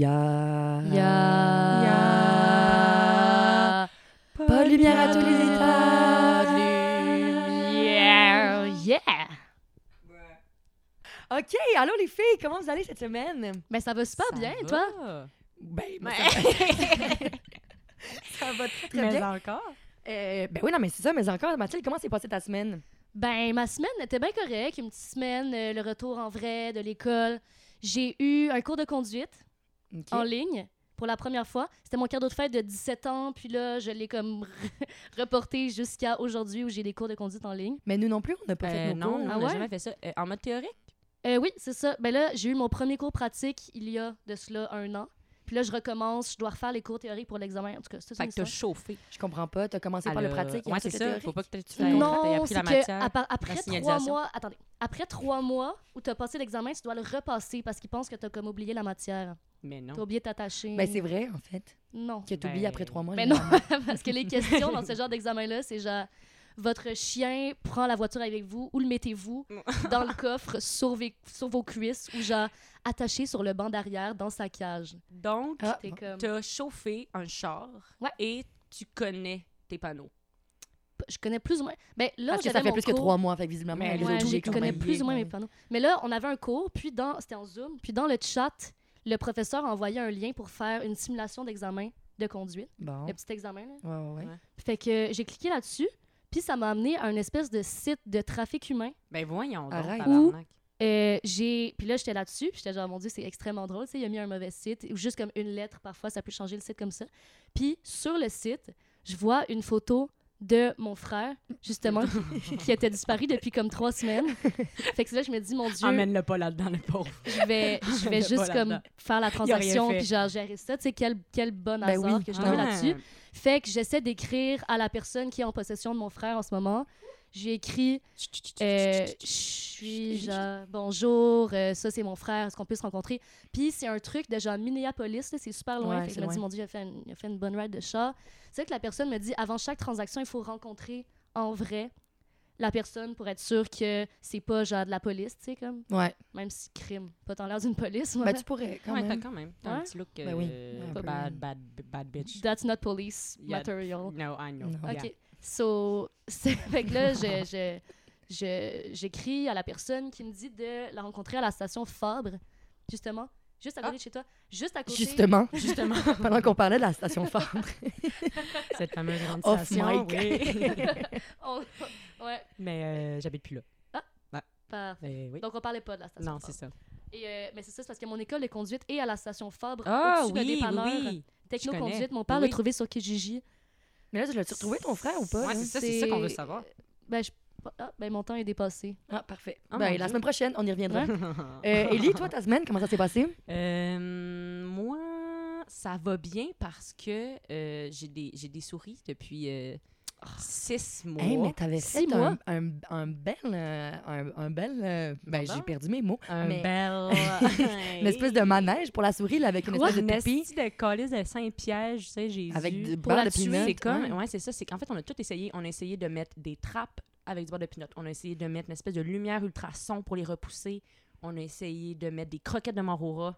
Ya. Ya. Ya. Pas de lumière à tous les étages. Lumière. Yeah. Ok, allô les filles, comment vous allez cette semaine? Ben, ça va super Ça bien, va? toi? Ben, moi, Ouais. ça, ça va très, très Mais bien. encore? Euh, ben oui, non, mais c'est ça, mais encore, Mathilde, comment s'est passée ta semaine? Ben, ma semaine était bien correcte. Une petite semaine, euh, le retour en vrai de l'école. J'ai eu un cours de conduite Ok. en ligne pour la première fois. C'était mon cadeau de fête de 17 ans. Puis là, je l'ai comme reporté jusqu'à aujourd'hui où j'ai des cours de conduite en ligne. Mais nous non plus, on n'a pas fait Euh, non, nos on cours. hein. Ah n'a ouais? jamais fait ça. Euh, en mode théorique? Euh, oui, c'est ça. Ben là, j'ai eu mon premier cours pratique il y a de cela un an. Puis là, je recommence. Je dois refaire les cours théoriques pour l'examen. En tout cas, c'est Fait une que t'as histoire. chauffé. Je comprends pas, t'as commencé par Elle le a- pratique. et Ouais, c'est ensuite le ça. théorique. Faut pas que t'aies- tu fasses t'aies Non, appris c'est la que matière. à par- après trois signalisation. mois, attendez, après trois mois où tu as passé l'examen, tu dois le repasser parce qu'ils pensent que tu as comme oublié la matière. Mais Tu as non. oublié de t'attacher. Ben c'est vrai, en fait, Non. que t'oublies Ben- après trois mois. Mais non, généralement. parce que les questions dans ce genre d'examen-là, c'est genre votre chien prend la voiture avec vous, où le mettez-vous Dans le coffre, sur, vi- sur vos cuisses ou genre attaché sur le banc d'arrière dans sa cage. Donc, Ah, T'es comme. t'as chauffé un char Ouais. et tu connais tes panneaux. Je connais plus ou moins. Ben là, Parce que j'avais ça fait mon plus que cours. trois mois, fait que visiblement, Mais elle les ouais, a je obligés quand connais même. plus ou moins mes Ouais. panneaux. Mais là, on avait un cours, puis dans, c'était en Zoom, puis dans le chat, le professeur a envoyé un lien pour faire une simulation d'examen de conduite, Bon. le petit examen. Là. Ouais, ouais, ouais. Fait que j'ai cliqué là-dessus, puis ça m'a amené à une espèce de site de trafic humain. Ben voyons donc, Arrête. tabarnak. Euh, j'ai puis là j'étais là-dessus puis j'étais genre mon dieu c'est extrêmement drôle tu sais il a mis un mauvais site ou juste comme une lettre parfois ça peut changer le site comme ça puis sur le site je vois une photo de mon frère justement qui, qui était disparu depuis comme trois semaines fait que c'est là que je me dis mon dieu Emmène-le pas là-dedans, le pauvre. je vais, je vais Pas juste comme là-dedans. faire la rien transaction fait. puis genre gérer ça. Tu sais, quel, quel bon Ben hasard oui. que je Ah. tombe là-dessus. Fait que j'essaie d'écrire à la personne qui est en possession de mon frère en ce moment. J'ai écrit euh, Je suis genre bonjour, euh, ça c'est mon frère, est-ce qu'on peut se rencontrer? Puis c'est un truc de genre Minneapolis, là, c'est super loin. Ouais, fait que c'est je me dis, loin. mon Dieu, il a fait une, il a fait une bonne ride de chat. C'est que la personne me dit avant chaque transaction, il faut rencontrer en vrai la personne pour être sûr que c'est pas genre de la police, tu sais, comme Ouais. même si crime, pas tant l'air d'une police. moi. Ben tu pourrais quand Ouais, t'as même. quand même. T'as un Ouais. petit look Ben oui, euh, un peu. bad, bad, bad bitch. That's not police Yeah. material. No, I know. Non. OK. Yeah. So, c'est- fait que là, je, je, je- j'écris à la personne qui me dit de la rencontrer à la station Fabre, justement, juste à Ah. côté de chez toi, juste à côté. Justement, Justement, pendant qu'on parlait de la station Fabre. cette fameuse grande Off station, oui. On- ouais, Mais euh, j'habite plus là. parfait. Mais oui. Donc, on parlait pas de la station Non, Fabre. c'est ça. Et, euh, mais c'est ça, c'est parce que mon école de conduite est à la station Fabre, Ah au-dessus d'un oui, dépanneur. oui. Techno-conduite, mon père l'a Oui. trouvé sur Kijiji. Mais là, tu l'as-tu retrouvé ton frère ou pas? Ouais, là? c'est ça, c'est ça qu'on veut savoir. Ben, je- ah, ben, mon temps est dépassé. Ah, parfait. Oh, ben, mon la Dieu. semaine prochaine, on y reviendra. Euh, Ellie, toi, ta semaine, comment ça s'est passé? Euh, moi, ça va bien parce que euh, j'ai des, j'ai des souris depuis euh, six mois. Ah. Hey, mais t'avais six fait mois. un, un, un bel. euh, un, un bel euh, ben, Pardon? j'ai perdu mes mots. un mais- bel... Une espèce de manège pour la souris, là, avec une Quoi? espèce Une de tapis. espèce de calice de Saint-Pierre, je sais, Jésus. Avec du Pour beurre la de tuer, peanut. C'est comme... Ouais, ouais. c'est ça. C'est qu'en fait, on a tout essayé. On a essayé de mettre des trappes avec du beurre de pinot. On a essayé de mettre une espèce de lumière ultrason pour les repousser. On a essayé de mettre des croquettes de Marora.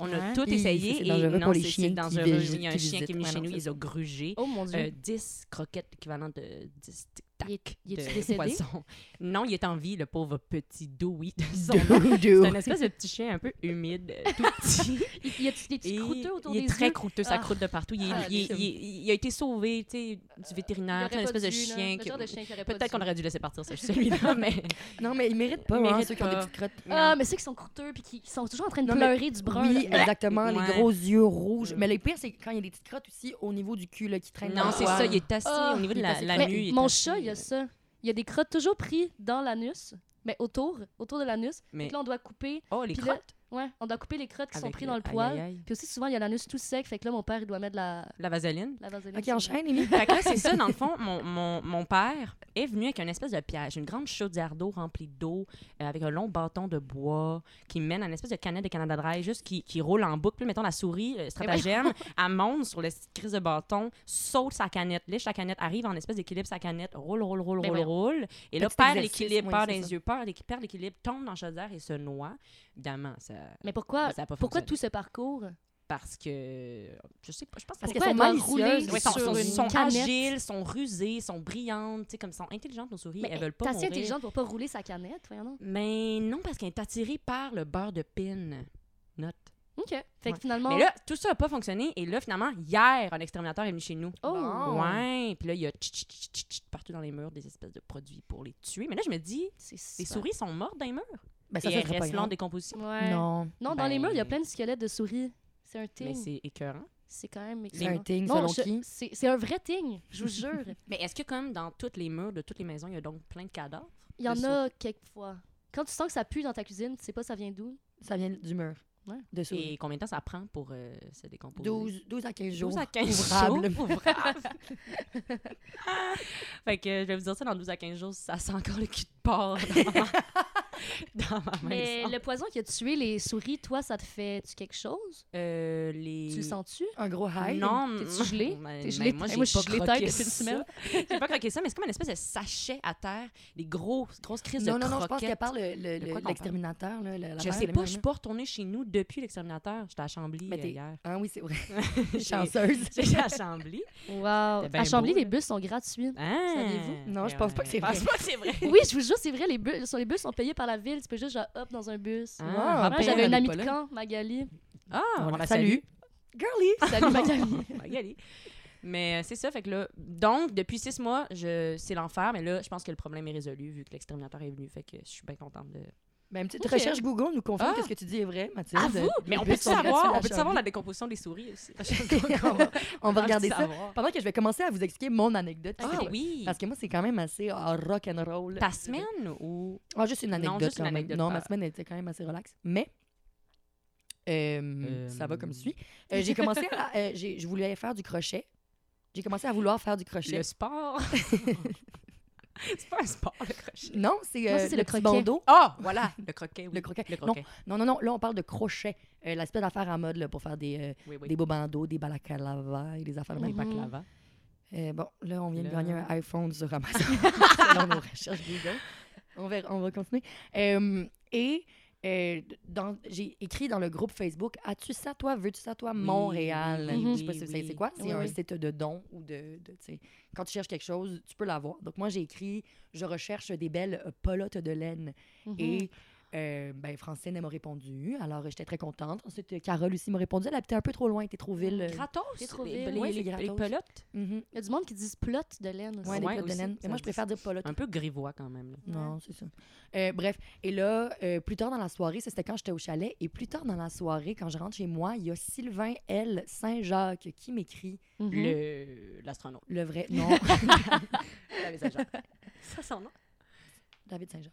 On a Hein? tout Hi, essayé. c'est et dangereux non, pour les c'est- chiens c'est qui dangereux. végé- Il y a un qui chien qui est venu visitent. chez Ouais, nous, non, ils ont grugé. Oh mon Dieu. Euh, 10 croquettes équivalent de 10 Il est- tic-tac il est-tu de décédé? poisson. Non, il est en vie, le pauvre petit Dewey de son nom. C'est Doudou. un espèce de petit chien un peu humide, euh, tout petit. Il il y a des Et petits croûteux autour il des est très yeux? croûteux, ça Ah. croûte de partout. Il, est- Ah, il est- les il est- il a été sauvé tu sais, du Il vétérinaire. aurait C'est un pas Ah, espèce de dû, là. chien. Le qui- genre de chien qui aurait pas Peut-être dû. qu'on aurait dû laisser partir ce- celui-là, mais... Non, mais ils méritent pas, Méritent hein, ceux qui ont des pas. petites crottes. Ah, mais ceux qui sont croûteux puis qui sont toujours en train de Non, mais- pleurer du brun. Oui, là. exactement, les Ouais. gros yeux rouges. Mm. Mais le pire, c'est quand il y a des petites crottes aussi au niveau du cul là, qui traînent. dans Non, le c'est poil. ça, il est assis Ah, au niveau de il est la, assis. la Mais nuit. il est mon assis, chat, il y a euh, ça. Il y a des crottes toujours prises dans l'anus, mais autour, autour de l'anus. Mais- Puis là, on doit couper. Oh, les Puis là, crottes Ouais, on doit couper les crottes qui sont Avec prises le- dans le aïe, poil. aïe, aïe. Puis aussi, souvent, il y a l'anus tout sec. Fait que là, mon père, il doit mettre de la, La vaseline la vaseline. Ok, sur- enchaîne, Émilie. Fait que là, c'est ça, dans le fond, mon, mon, mon père est venu avec une espèce de piège, une grande chaudière d'eau remplie d'eau, euh, avec un long bâton de bois qui mène à une espèce de canette de Canada Dry, juste qui, qui roule en boucle. Puis là, mettons la souris, euh, stratagème, elle monte sur le crise de bâton, saute sa canette, lèche sa canette, arrive en espèce d'équilibre sa canette, roule, roule, roule, Ben roule, voyons. roule. Et là, Petit perd exercice, l'équilibre, oui, perd c'est les ça. yeux, perd l'équi- perd l'équilibre, tombe dans la chaudière et se noie. Évidemment, ça. Mais pourquoi, Ça a pas pourquoi fonctionné. tout ce parcours parce que je sais pas, je pense que Pourquoi Parce qu'elles sont elles doivent malicieuses. rouler Ouais, sont, sur sont, une sont canette? agiles, sont rusées, sont brillantes, tu sais, comme sont intelligentes nos souris, Mais elles veulent t'es pas assez mourir. intelligente pour pas rouler sa canette, voyons donc. Mais non, parce qu'elle est attirée par le beurre de pin. Note. OK. Fait que Ouais. finalement... Mais là, tout ça n'a pas fonctionné. Et là, finalement, hier, un exterminateur est venu chez nous. Oh! Bon. Ouais. Puis là, il y a tch, tch, tch, tch, tch partout dans les murs des espèces de produits pour les tuer. Mais là, je me dis, C'est les super. souris sont mortes dans les murs. Ben, et ça, ça elles serait pas restent là en grave. décomposition. Ouais. Non, Non. dans les Ben- murs, il y a plein de squelettes de souris. C'est un Mais thing. c'est écœurant. C'est quand même... C'est un thing, Non, selon je- qui? C'est c'est un vrai thing, je vous jure. Mais est-ce que, comme dans toutes les murs de toutes les maisons, il y a donc plein de cadavres? Il y en De a quelques fois. Quand tu sens que ça pue dans ta cuisine, tu sais pas ça vient d'où. Ça vient du mur. Ouais. De souris. Et combien de temps ça prend pour euh, se décomposer? 12, 12 à 15 jours. 12 à 15 ouvrables. jours. ouvrables. fait que euh, je vais vous dire ça dans 12 à 15 jours, ça sent encore le cul de porc dans ma, dans ma Mais maison. le poison qui a tué les souris, toi, ça te fait-tu quelque chose? Euh, les... Tu le sens-tu? Un gros high. Non, mm, T'es-tu gelé? mais- T'es mais gelé? Moi, Hey, j'ai moi, je suis pas gelée croqué tête depuis une ça. semaine. J'ai pas croqué ça, mais c'est comme une espèce de sachet à terre, des grosses, grosses crises Non, de non, non, je pense croquettes. qu'elle parle le- De quoi le- qu'on le- parle? l'exterminateur. là, la- la Je mère, sais la pas, mère, je suis là. pas retournée chez nous depuis l'exterminateur. J'étais à Chambly Mais euh, t'es- hier. Ah oui, c'est vrai. J'ai- Chanceuse. J'étais à Chambly. Wow. ben à Chambly, beau, les là. bus sont gratuits. Hein? Saviez-vous? Non, je pense pas que c'est Je pense vrai. pas que c'est vrai. Oui, je vous jure, c'est vrai, les bus, sur les bus sont payés par la ville. Tu peux juste genre hop dans un bus. Ah, Wow. Vraiment, rappelle, J'avais elle une est amie pas de là. camp, Magali. Ah, on la salue. Salut. Girlie. Salut Magali. Magali. Mais euh, c'est ça, fait que là, donc depuis six mois, je, c'est l'enfer, mais là, je pense que le problème est résolu vu que l'exterminateur est venu, fait que je suis bien contente de. Ben, une petite Ok. recherche Google nous confirme Ah. que ce que tu dis est vrai, Mathilde. Ah, vous? Mais on peut savoir, on peut savoir la décomposition des souris aussi. on, va, on va regarder ça. Savoir. Pendant que je vais commencer à vous expliquer mon anecdote. parce Ah que- oui. Parce que moi, c'est quand même assez rock and roll. Ta semaine ou Ah, juste une Non, anecdote. juste une quand même. anecdote, Non, pas- ma semaine elle était quand même assez relaxe. Mais euh, Euh, ça va comme suit. Euh, j'ai commencé à. euh, j'ai- je voulais faire du crochet. J'ai commencé à vouloir faire du crochet. le sport? c'est pas un sport, le crochet. Non, c'est euh, Non, ça, c'est le, le croquet. petit bandeau. Ah, voilà, le croquet. oui. Le croquet. Le Non, croquet. non, non, non. Là, on parle de crochet. Euh, L'aspect d'affaires en mode là, pour faire des, euh, Oui, oui. des beaux bandeaux, des balaclavas et des affaires de même. Mhm. baklava. Euh, bon, là, on vient de Là. gagner un iPhone sur Amazon. Selon nos recherches Google. On va, on va continuer. Euh, et euh, dans- j'ai écrit dans le groupe Facebook As-tu ça, toi Veux-tu ça, toi Oui, Montréal oui, Je sais pas si oui, vous savez oui. c'est quoi. C'est Oui, un oui. site de dons ou de. de, tu sais, quand tu cherches quelque chose, tu peux l'avoir. Donc, moi, j'ai écrit Je recherche des belles euh, pelotes de laine. Mhm. Mhm. Et. euh, ben, Francine, elle m'a répondu. Alors, euh, j'étais très contente. Ensuite, euh, Carole aussi m'a répondu. Elle habitait un peu trop loin, elle était trop ville. euh, Gratos. Rétroville. Les, Oui, ouais, les, les les gratos. pelotes. mhm. Il y a du monde qui disent plot de laine aussi. Ouais, des Ouais, pelotes de aussi, laine. Mais ça moi, dit je préfère dire pelote. Un peu grivois quand même. là. Non, c'est ça. Euh, bref, et là, euh, plus tard dans la soirée, ça c'était quand j'étais au chalet, et plus tard dans la soirée, quand je rentre chez moi, il y a Sylvain L. Saint-Jacques qui m'écrit Mhm. Mm-hmm. Le L'astronaute. le vrai nom. David Saint-Jacques. Ça, son nom? David Saint-Jacques.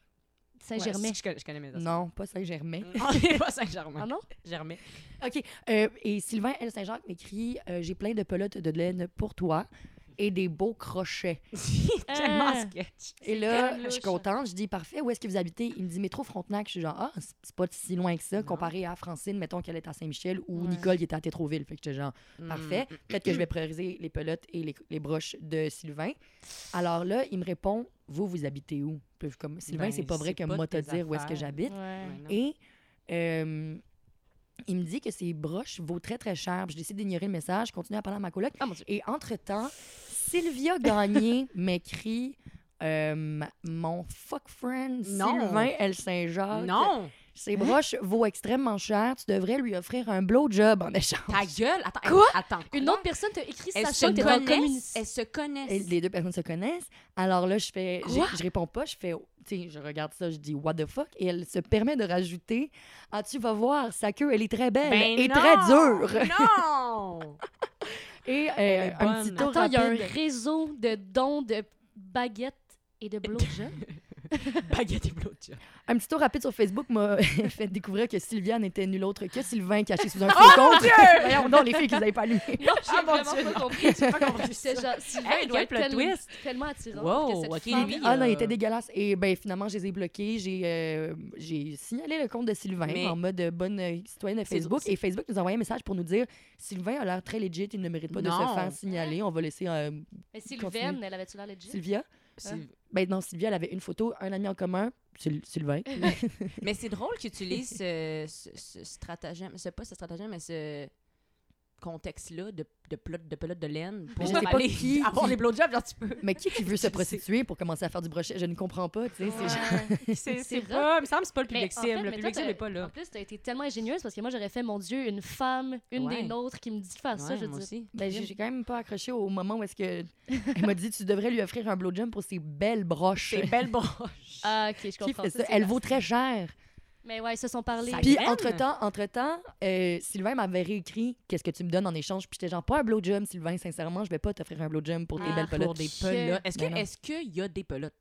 Saint-Germain. Ouais, je, connais- je connais mes astronautes. Non, pas Saint-Germain. Non, c'est pas Ah Saint-Germain. non? Germain. OK. euh, et Sylvain L. Saint-Jacques m'écrit euh, J'ai plein de pelotes de laine pour toi et des beaux crochets. Tellement sketch. Et là, quand je suis louche. contente. Je dis Parfait, où est-ce que vous habitez Il me dit Métro Frontenac. Je suis genre Ah, c'est c'est pas si loin que ça, Non. comparé à Francine, mettons qu'elle est à Saint-Michel, ou Ouais. Nicole qui était à Tétroville. Fait que j'étais genre Parfait. Mm. Peut-être que je vais prioriser les pelotes et les, les broches de Sylvain. Alors là, il me répond Vous, vous habitez où Puis je suis comme, Sylvain, Ben, c'est pas vrai c'est que pas moi te tes dire où est-ce que affaires. j'habite. Ouais. Et euh, il me dit que ces broches vaut très, très cher. Puis Je décide d'ignorer le message, je continue à parler à ma coloc. Ah, mon Dieu. Et entre-temps, Sylvia Gagné m'écrit euh, Mon fuck friend Non. Sylvain L. Saint-Jacques. Non! Ses broches vaut extrêmement cher. Tu devrais lui offrir un blowjob en échange. Ta gueule! Attends, Quoi? attends. Une autre personne t'a écrit Elles sachant se que t'es en connaissent. communiste. Elles se Et connaissent. les deux personnes se connaissent. Alors là, je fais, j'ai- Quoi? je réponds pas, je fais, oh, tu sais, je regarde ça, je dis what the fuck, et elle se permet de rajouter, ah tu vas voir, sa queue, elle est très belle Ben et non! très dure. Non! Et euh, est un petit bonne. tour Attends, il y a un rapide. réseau de dons de baguettes et de blowjobs. Baguette et blowjob. Un petit tour rapide sur Facebook m'a fait découvrir que Sylvia n'était nul autre que Sylvain caché sous un faucon. Voyons donc les filles qu'ils avaient pas allumé. Non, j'ai Ah, mon vraiment Dieu, pas non. compris. J'ai pas compris C'est ça. genre, Sylvain, Hey, il quel doit être plot tellement, twist. tellement attirant Wow, que cette ok, femme- lui, Ah non, euh, il était dégueulasse. Et ben finalement, je les ai bloqués. J'ai euh, j'ai signalé le compte de Sylvain Mais- en mode euh, bonne euh, citoyenne de C'est- Facebook. c'est- Et Facebook nous a envoyé un message pour nous dire Sylvain a l'air très legit, il ne mérite pas de se Non. faire signaler. On va laisser euh, Mais Sylvaine, elle avait-tu l'air legit? Sylvia. C'est- Ben non, Sylvia, elle avait une photo, un ami en commun, Syl- Sylvain. Mais c'est drôle qu'ils utilisent ce, ce- ce stratagème, c'est pas ce stratagème, mais ce, contexte-là de, de, pelote, de pelote de laine pour je sais pas aller qui- avoir qui- les blowjobs, genre tu peux. Mais qui qui veut se sais. prostituer pour commencer à faire du brochet? Je ne comprends pas, tu sais. c'est genre- C'est C'est c'est rough. pas, il me semble que c'est pas le Mais public en cible. fait, le mais public toi, cible n'est t'as- pas là. En plus, t'as été tellement ingénieuse parce que moi, j'aurais fait, mon Dieu, une femme, une Ouais. des nôtres qui me dit de faire ça. Ouais, Je veux moi dire. aussi. Ben, j'ai j'ai quand même pas accroché au moment où est-ce que elle m'a dit tu devrais lui offrir un blowjob pour ses belles broches. Ces belles broches. Ah, ok, je Qui comprends. fait ça? c'est Elle la- vaut très cher. Mais ouais, ils se sont parlé. Ça- Puis graine. entre-temps, entre-temps, euh, Sylvain m'avait réécrit qu'est-ce que tu me donnes en échange. Puis j'étais genre pas un blowjob, Sylvain, sincèrement, je vais pas t'offrir un blowjob pour tes Ah, belles pour pelotes. des Que- pelotes. Est-ce Ben non. que est-ce qu'il y a des pelotes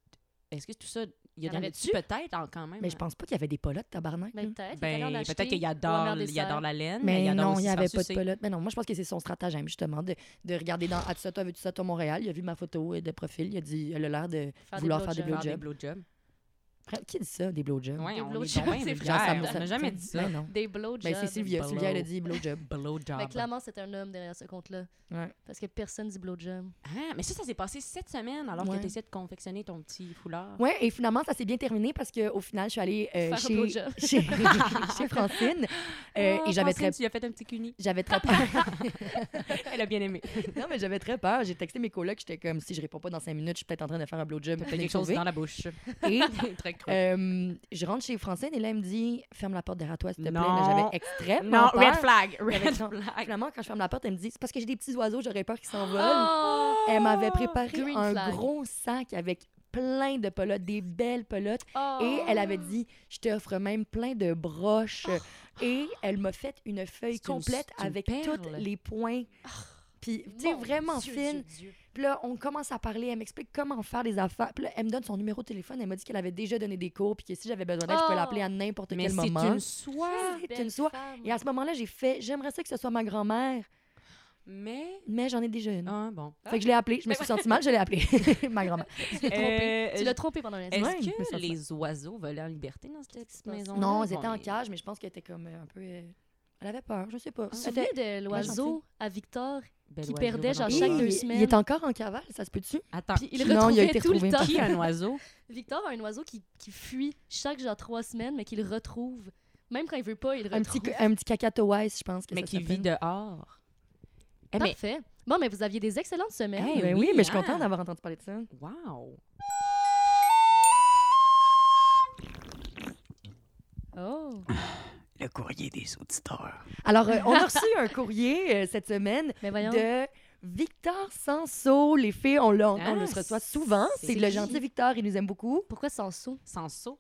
Est-ce que tout ça il y Y en en avait-tu? a-tu peut-être en- quand même Mais je pense pas qu'il y avait des pelotes tabarnak. là. Ben, peut-être. Ben, peut-être qu'il adore, il adore la laine, mais, Mais il adore non, il aussi n'y se avait faire pas de sucer. pelote. Mais non, moi, je pense que c'est son stratagème, justement, de, de regarder dans Ah, tu ça, toi, veux-tu ça, toi, Montréal? Il a vu ma photo euh, de profil, il a dit, elle a l'air de vouloir faire des Faire des blowjobs. blowjobs. Qui dit ça, des blowjobs? Ouais, Des on est blowjobs, donc bien c'est vulgaires. vrai. me- On n'a jamais dit ça. Ben non. Des blowjobs. Ben, c'est Sylvia. Blow. Sylvia, elle a dit blowjob. Blowjob. Mais Ben, clairement, c'est un homme derrière ce compte-là. Ouais. Parce que personne dit blowjob. Ah, mais ça, ça s'est passé cette semaine alors Ouais. que tu essaies de confectionner ton petit foulard. Ouais, et finalement, ça s'est bien terminé parce qu'au final, je suis allée euh, Faire un chez, blowjob. chez, chez Francine euh, Ah, et j'avais Francine, très, Tu lui as fait un petit cuni. j'avais très peur. Elle a bien aimé. non, mais j'avais très peur. J'ai texté mes colocs, j'étais comme si je réponds pas dans cinq minutes, je suis peut-être en train de faire un blowjob. T'as venez me quelque chose sauver. dans la bouche. Et Très creux. euh, je rentre chez Francine et là, elle me dit Ferme la porte derrière toi, s'il te plaît. Non. Là, J'avais extrêmement non, peur. red flag. J'avais Red genre- flag. Finalement, quand je ferme la porte, elle me dit C'est parce que j'ai des petits oiseaux, j'aurais peur qu'ils s'envolent. Oh! Elle m'avait préparé Green un flag. gros sac avec plein de pelotes, des belles pelotes. Oh! Et elle avait dit, je t'offre même plein de broches. Et elle m'a fait une feuille Oh! C'est une- complète c'est une avec perle. Oh! tous les points. Puis, tu sais, Mon vraiment Dieu, fine. Dieu, Dieu. Puis là, on commence à parler. Elle m'explique comment faire des affaires. Puis là, elle me donne son numéro de téléphone. Elle m'a dit qu'elle avait déjà donné des cours. Puis que si j'avais besoin d'elle, je Oh. pouvais l'appeler à n'importe Mais quel c'est moment. une soie. C'est Belle une soie. femme. Et à ce moment-là, j'ai fait, j'aimerais ça que ce soit ma grand-mère, Mais. mais j'en ai déjà une. Ah, bon. Fait que je l'ai appelée. Je me suis sentie mal, je l'ai appelée. ma grand-mère. Tu l'as trompé. Euh, Tu l'as trompé pendant un instant. Ouais, Est-ce je me sens que les oiseaux volaient en liberté dans Qu'est-ce qui cette se passe? maison Non, ils étaient en cage, mais je pense qu'elle était comme euh, un peu. euh, Elle avait peur, je sais pas. Ah. Tu te Elle était- souviens de l'oiseau à Victor? qui perdait genre Oui, chaque il- deux Il semaines. est encore en cavale, ça se peut-tu? Attends, Puis il Non, il a retrouvait été tout le retrouvé. temps. qui a un oiseau Victor a un oiseau qui, qui fuit chaque genre trois semaines, mais qu'il retrouve. Même quand il veut pas, il le Un petit, retrouve. un petit cacatoès, je pense. Que mais ça qui s'appelle. vit dehors Eh mais Parfait. Bon, mais vous aviez des excellentes semaines. Hey, Ben oui, oui, mais je suis hein. contente d'avoir entendu parler de ça. wow. Oh. Le courrier des auditeurs. Alors, euh, on a reçu un courrier euh, cette semaine Mais voyons. de Victor Sanso. Les filles, on, l'a- on Ah, le reçoit souvent. c'est C'est le qui? gentil Victor, il nous aime beaucoup Pourquoi sans saut? Sans saut.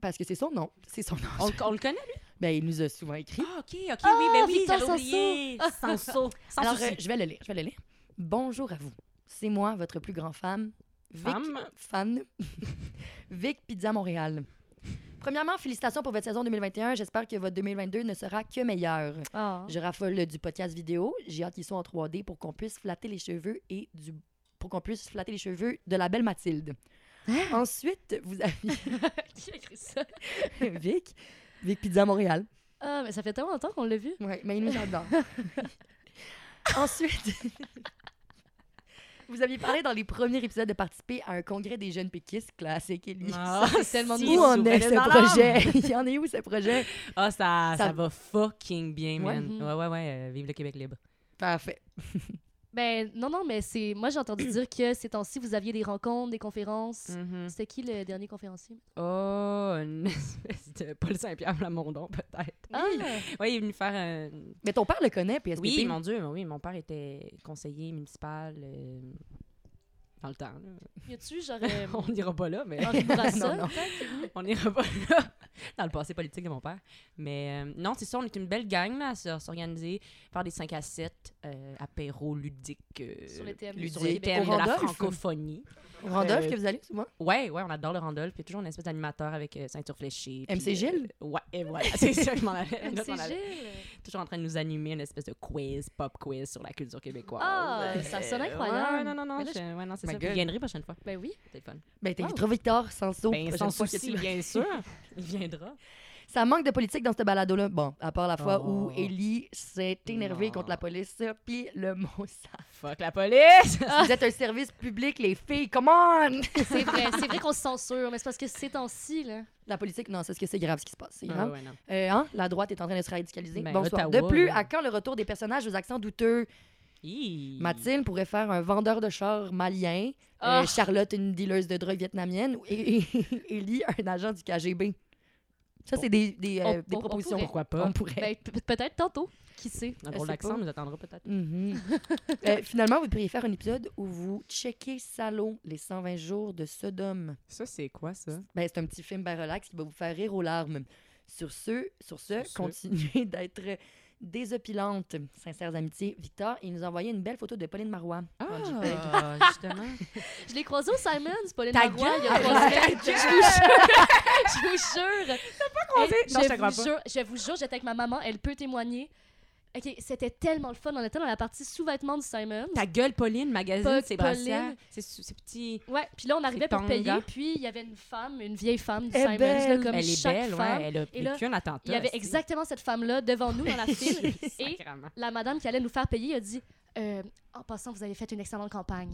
parce que c'est son nom. C'est son Ah, nom. On, le- on le connaît lui Ben, il nous a souvent écrit. Ah OK, OK, oui, ben oui, Victor j'avais oublié. Sans saut. Sans Alors, souci. euh, je vais le lire. Je vais le lire. Bonjour à vous. C'est moi, votre plus grand femme, euh, Vic, Femme. fan, Vic Pizza Montréal. Premièrement, félicitations pour votre saison 2021. J'espère que votre 2022 ne sera que meilleur. Ah. Je raffole du podcast vidéo. J'ai hâte qu'ils soient en 3D pour qu'on puisse flatter les cheveux et du pour qu'on puisse flatter les cheveux de la belle Mathilde. Ah! Ensuite, vous avez Qui a écrit ça? Vic, Vic Pizza Montréal. Ah, mais ça fait tellement longtemps qu'on l'a vu. Ouais, mais il nous adore. Ensuite, vous aviez parlé dans les premiers épisodes de participer à un congrès des jeunes péquistes classique, Élie. Ah, c'est tellement si, nous. Où en est souveraine ce dans l'âme. projet? Il y en est où ce projet? Ah ça, ça Ça- va fucking bien, Ouais. man. Mm-hmm. Mhm. Ouais ouais ouais, euh, vive le Québec libre. Parfait. Ben, non, non, mais c'est. Moi, j'ai entendu dire que ces temps-ci, vous aviez des rencontres, des conférences. Mm-hmm. Mhm. C'était qui le dernier conférencier? Oh, une espèce de Paul Saint-Pierre Plamondon peut-être. Ah! Oui, il est venu faire un Mais ton père le connaît, puis Oui, SPP. mon Dieu, oui, mon père était conseiller municipal euh, dans le temps. là. Y a-tu, genre. euh, on n'ira pas là, mais Henri Bourassa? Non, non. peut-être, qui est venu? on n'ira pas là dans le passé politique de mon père. Mais euh, non, c'est ça, on est une belle gang là, à se- à s'organiser, faire des 5 à 7, euh, apéro ludique euh, Sur les thèmes. ludique, sur les thème Québec. de la Randolph. francophonie. Randolph, Euh, que vous allez souvent? Ouais, ouais, on adore le Randolph, puis toujours une espèce d'animateur avec euh, ceinture fléchée. puis, MC Gilles? euh, ouais, et voilà, c'est ça, je m'en allais. je m'en MC allais. Gilles. toujours en train de nous animer une espèce de quiz, pop quiz sur la culture québécoise. Ah, Euh, ça sonne ouais, incroyable. non, non, non, Mais là, je- ouais, non, c'est My ça. Vous God. viendrez la prochaine fois. Ben oui. C'est le fun. Ben, t'es Wow. Victor Sanso. Ben, prochaine sans fois que souci, tu- bien sûr. Il viendra. Ça manque de politique dans ce balado-là. Bon, à part la fois Oh. où Ellie s'est énervée Non. contre la police, ça, puis le mot ça. Fuck la police! Vous êtes un service public, les filles, come on! C'est vrai, c'est vrai qu'on se censure, mais c'est parce que ces temps-ci, là. La politique, non, c'est ce que c'est grave ce qui se passe. C'est Ah grave. ouais, non. Euh, hein? La droite est en train de se radicaliser. Ben, Bonsoir. Ottawa, de plus, là. à quand le retour des personnages aux accents douteux? Hi. Mathilde pourrait faire un vendeur de chars malien, euh, Ah. Oh. Charlotte une dealeuse de drogue vietnamienne et, et Ellie un agent du KGB. Ça, c'est des, des, euh, On- des on- on propositions. pourrait. Pourquoi pas? On pourrait. Ben, pe- peut-être tantôt. Qui sait? Un Je sais drôle d'accent pas. nous attendra peut-être. Mhm. Euh, finalement, vous pourriez faire un épisode où vous checkez Salo, les 120 jours de Sodome. Ça, c'est quoi, ça? Ben, c'est un petit film bien relax qui va vous faire rire aux larmes. Sur ce, sur ce, Sur ce. continuez d'être désopilantes. Sincères amitiés, Victor, il nous a envoyé une belle photo de Pauline Marois. Ah, justement. Je l'ai croisé au Simons, Pauline Ta Marois, il y a gueule! trois semaines. Je vous jure! Je vous jure! croisé? Hey, Non, je te crois vous pas. jure, je vous jure, j'étais avec ma maman, elle peut témoigner. OK, c'était tellement le fun. On était dans la partie sous-vêtements du Simons. Ta gueule, Pauline, magazine, Pas c'est Pauline. brassière. C'est sou- c'est petit. Ouais, puis là, on arrivait pour Tonga. payer, puis il y avait une femme, une vieille femme du Elle est Simons, là, belle. comme elle est chaque belle, femme. ouais. Elle a Et là, vécu un attentat. Il y avait aussi. exactement cette femme-là devant nous dans la file. et Sacrément. la madame qui allait nous faire payer a dit Euh, En passant, vous avez fait une excellente campagne.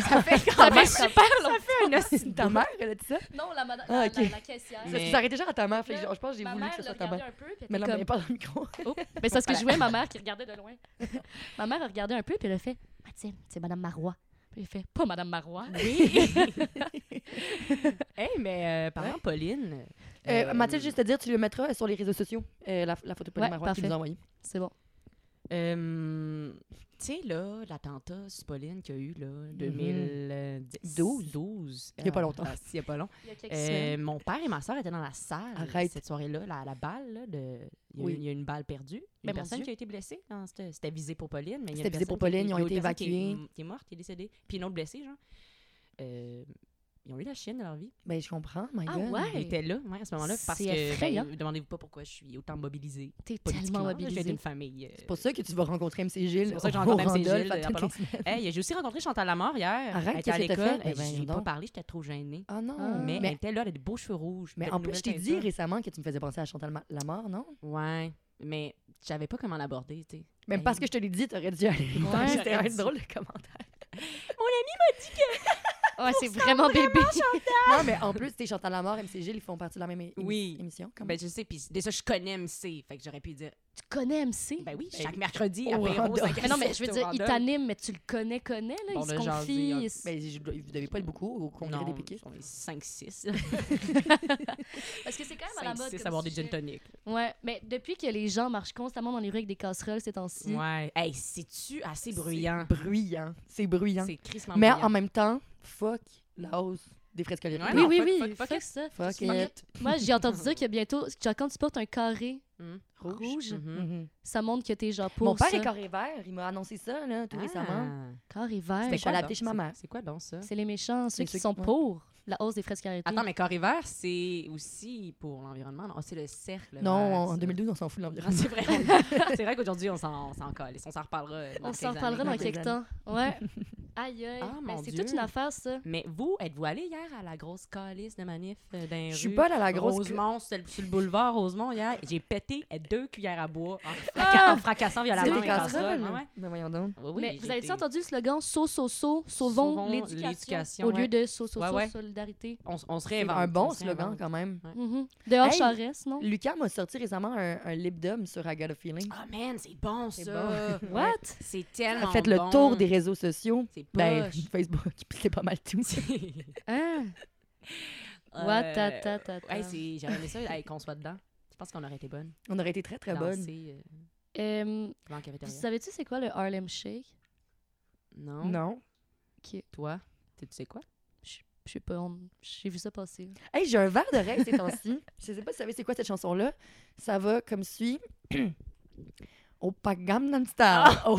ça fait Ça fait super longtemps. ta mère, elle a dit ça? Non, la madame, Ah, la- ok. la, la caissière. Ça, Mais- Tu t'arrêtais genre à ta mère, fait que Là, je je pense que j'ai Ma voulu mère que ce l'a soit ta regardé mère. un peu, puis elle Mais était non, mais comme... pas dans le micro. Mais c'est parce que je jouais ma mère qui regardait de loin. ma mère elle regardait un peu, puis elle a fait Mathilde, c'est Madame Marois. Puis elle fait Pas Madame Marois. Oui. hey, mais euh, parlant de Pauline. Euh, euh, Mathilde, juste te dire, tu le mettras sur les réseaux sociaux, euh, la, la photo de Pauline Ouais, Marois qu'ils parfait. nous a envoyée. C'est bon. euh, tu sais, là, l'attentat sur Pauline qu'il y a eu, là, 2012. 12. 12. Mhm. Il y a pas longtemps. Ah, si, il y a pas long. Il y a quelques Euh, mon père et ma soeur étaient dans la salle Arrête. cette soirée-là, la, la balle. Là, de... il, y a Oui. eu- il y a eu une balle perdue. Une Ben, mon personne Dieu. qui a été blessée. dans cette- C'était visé pour Pauline. mais il y a C'était une visé pour personne qui- Pauline, ils ont il y a été une personne qui est- évacués. Qui est morte, qui est décédée. Puis une autre blessée, genre. Euh, ils ont eu la chienne de leur vie. Ben, je comprends, my Ah God. ouais? Ils étaient là, ouais, à ce moment-là. Parce C'est que, effrayant. ben, demandez-vous pas pourquoi je suis autant mobilisée. T'es politiquement, tellement là, Je viens mobilisée. d'une famille. euh, C'est pour ça que tu vas rencontrer MC Gilles. C'est pour ça que j'ai au rencontré MC Randolph Gilles, à euh, toutes pas long. les semaines. Hey, j'ai aussi rencontré Chantal Lamort hier. Arrête, elle était à qu'est-ce que t'as l'école. fait? Hey, Ben, je voyons lui ai pas donc. parlé, j'étais trop gênée. Ah non, Ah. mais, Mais elle était là, elle avait des beaux cheveux rouges. mais plein en de plus, je nouvelles t'ai dit teintures. récemment que tu me faisais penser à Chantal Ma- Lamar, non? Ouais, mais je savais pas comment l'aborder, tu sais. Même Ben, parce que je te l'ai dit, t'aurais dû aller. Ouais, C'était j'aurais un dû. drôle de commentaire. Ouais, c'est vraiment bébé. non, mais en plus, t'es Chantal Lamar, MC Gilles, ils font partie de la même é- émi- Oui. émission. quand même. Ben, je sais, puis déjà, je connais MC, fait que j'aurais pu dire, tu connais MC. ben oui, Ben, chaque mercredi, au après Randolph. mais non, mais je veux dire, il t'anime, mais tu le connais, connais, là. Bon, il se là, j'en confie. dis, il se- Ben, je- vous devez pas être beaucoup au congrès des piquets. On est 5-6. Parce que c'est quand même à la mode. 5-6 comme avoir des sujet. gin tonic. Ouais, mais depuis que les gens marchent constamment dans les rues avec des casseroles ces temps-ci, Ouais. Hey, c'est-tu assez bruyant? C'est bruyant. C'est bruyant. C'est crissement Mais bruyant. en même temps, fuck la hausse des frais scolaires. Ouais, oui, non, oui, fuck, oui, fuck, fuck fuck it. ça. Fuck Moi, it. Moi, j'ai entendu dire que bientôt, tu- quand tu portes un carré Hum. rouge, Mhm. Mhm. ça montre que t'es genre pour Mon père ça. est carré vert, il m'a annoncé ça là, tout récemment. Ah. Carré vert. C'était C'est quoi, adapté donc? chez ma C'est- mère. C'est quoi donc ça? C'est les méchants, C'est ceux ceux qui sont qui- ouais. pour la hausse des frais carité. Attends, mais corps vert, c'est aussi pour l'environnement. non? C'est le cercle. Non, vert, en ça. 2012, on s'en fout de Ah, l'environnement. C'est vrai, c'est vrai qu'aujourd'hui, on s'en on s'en calisse. On s'en reparlera. euh, dans On s'en quelques reparlera années. dans dans quelques quelques temps. Ouais. Aïe, aïe. Ah, Ben, mon c'est Dieu. toute une affaire, ça. Mais vous, êtes-vous allé hier à la grosse calice de manif euh, d'un Je suis pas là la grosse. Rosemont, sur le- sur le boulevard Rosemont hier. J'ai pété deux cuillères à bois en, fracca- Ah! en fracassant C'est violemment des les casseroles. casseroles. Ouais, ouais. Mais Ben, voyons donc. Oui, oui, mais vous j'ai avez été- entendu le slogan so, so, so, sauvons, Sauvons l'éducation l'éducation, au ouais. lieu de so, so, Ouais, so, ouais. solidarité. On, s- on se C'est réinvente. un bon on se slogan réinvente. quand même. Mhm. Dehors Hey. Charest, non? Lucas m'a sorti récemment un, un lip dum sur I Got a Feeling. Ah, man, c'est bon C'est ça. bon. What? C'est Elle a tellement. fait le bon. tour des réseaux sociaux. C'est Ben, poche. Facebook, puis c'est pas mal tout. Hein? Euh, What, ta, ta, ta, ta. Hey, c'est- J'aurais aimé ça hey, qu'on soit dedans. Je pense qu'on aurait été bonne. On aurait été très très bonne. Danser, euh, Euh, devant la vous cafétéria. savez-tu c'est quoi le Harlem Shake? Non. Non. Toi, tu tu sais quoi? Je sais pas, on- j'ai vu ça passer. Hey, j'ai un verre d'oreille ces temps-ci. Je sais pas si vous savez c'est quoi cette chanson-là. Ah! Ça va comme suit. Au Gangnam Style. Au-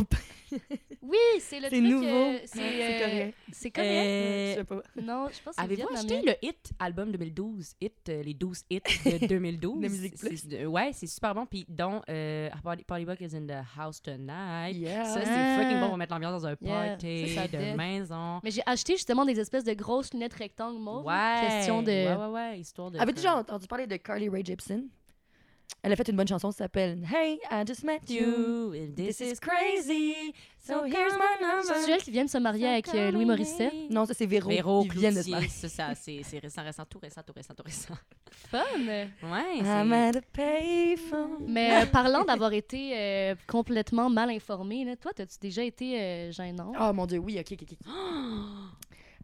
Oui, c'est le C'est truc. nouveau. euh, C'est euh, correct. C'est correct. Je Euh, sais pas. Non, je pense que c'est Avez-vous acheté vietnamien. le Hit album 2012, Hit, euh, les 12 hits de 2012? De Musique C'est- Plus. c'est- ouais, c'est super bon. Puis dont euh, Party, Party Buck is in the house tonight. Yeah. Ça, c'est Ah. fucking bon pour mettre l'ambiance dans un Yeah. party Ça, ça de date. maison. Mais j'ai acheté justement des espèces de grosses lunettes rectangles mauves. Ouais. Question de... Ouais, ouais, ouais, histoire de... Avez-vous déjà entendu parler de Carly Rae Jepsen? Elle a fait une bonne chanson qui s'appelle Hey, I just met you. You, if this This is is crazy, so here's my C'est number. elle qui vient de se marier avec euh, Louis Morissette. Non, ça, c'est Véro. Véro qui vient de se Cloutier, c'est ça, c'est c'est récent, récent, tout récent, tout récent, tout récent. Fun! Ouais, I'm c'est... at a payphone. Mais euh, parlant d'avoir été euh, complètement mal informée, là, toi, as-tu déjà été euh, gênant? Oh mon Dieu, oui, ok, ok, ok.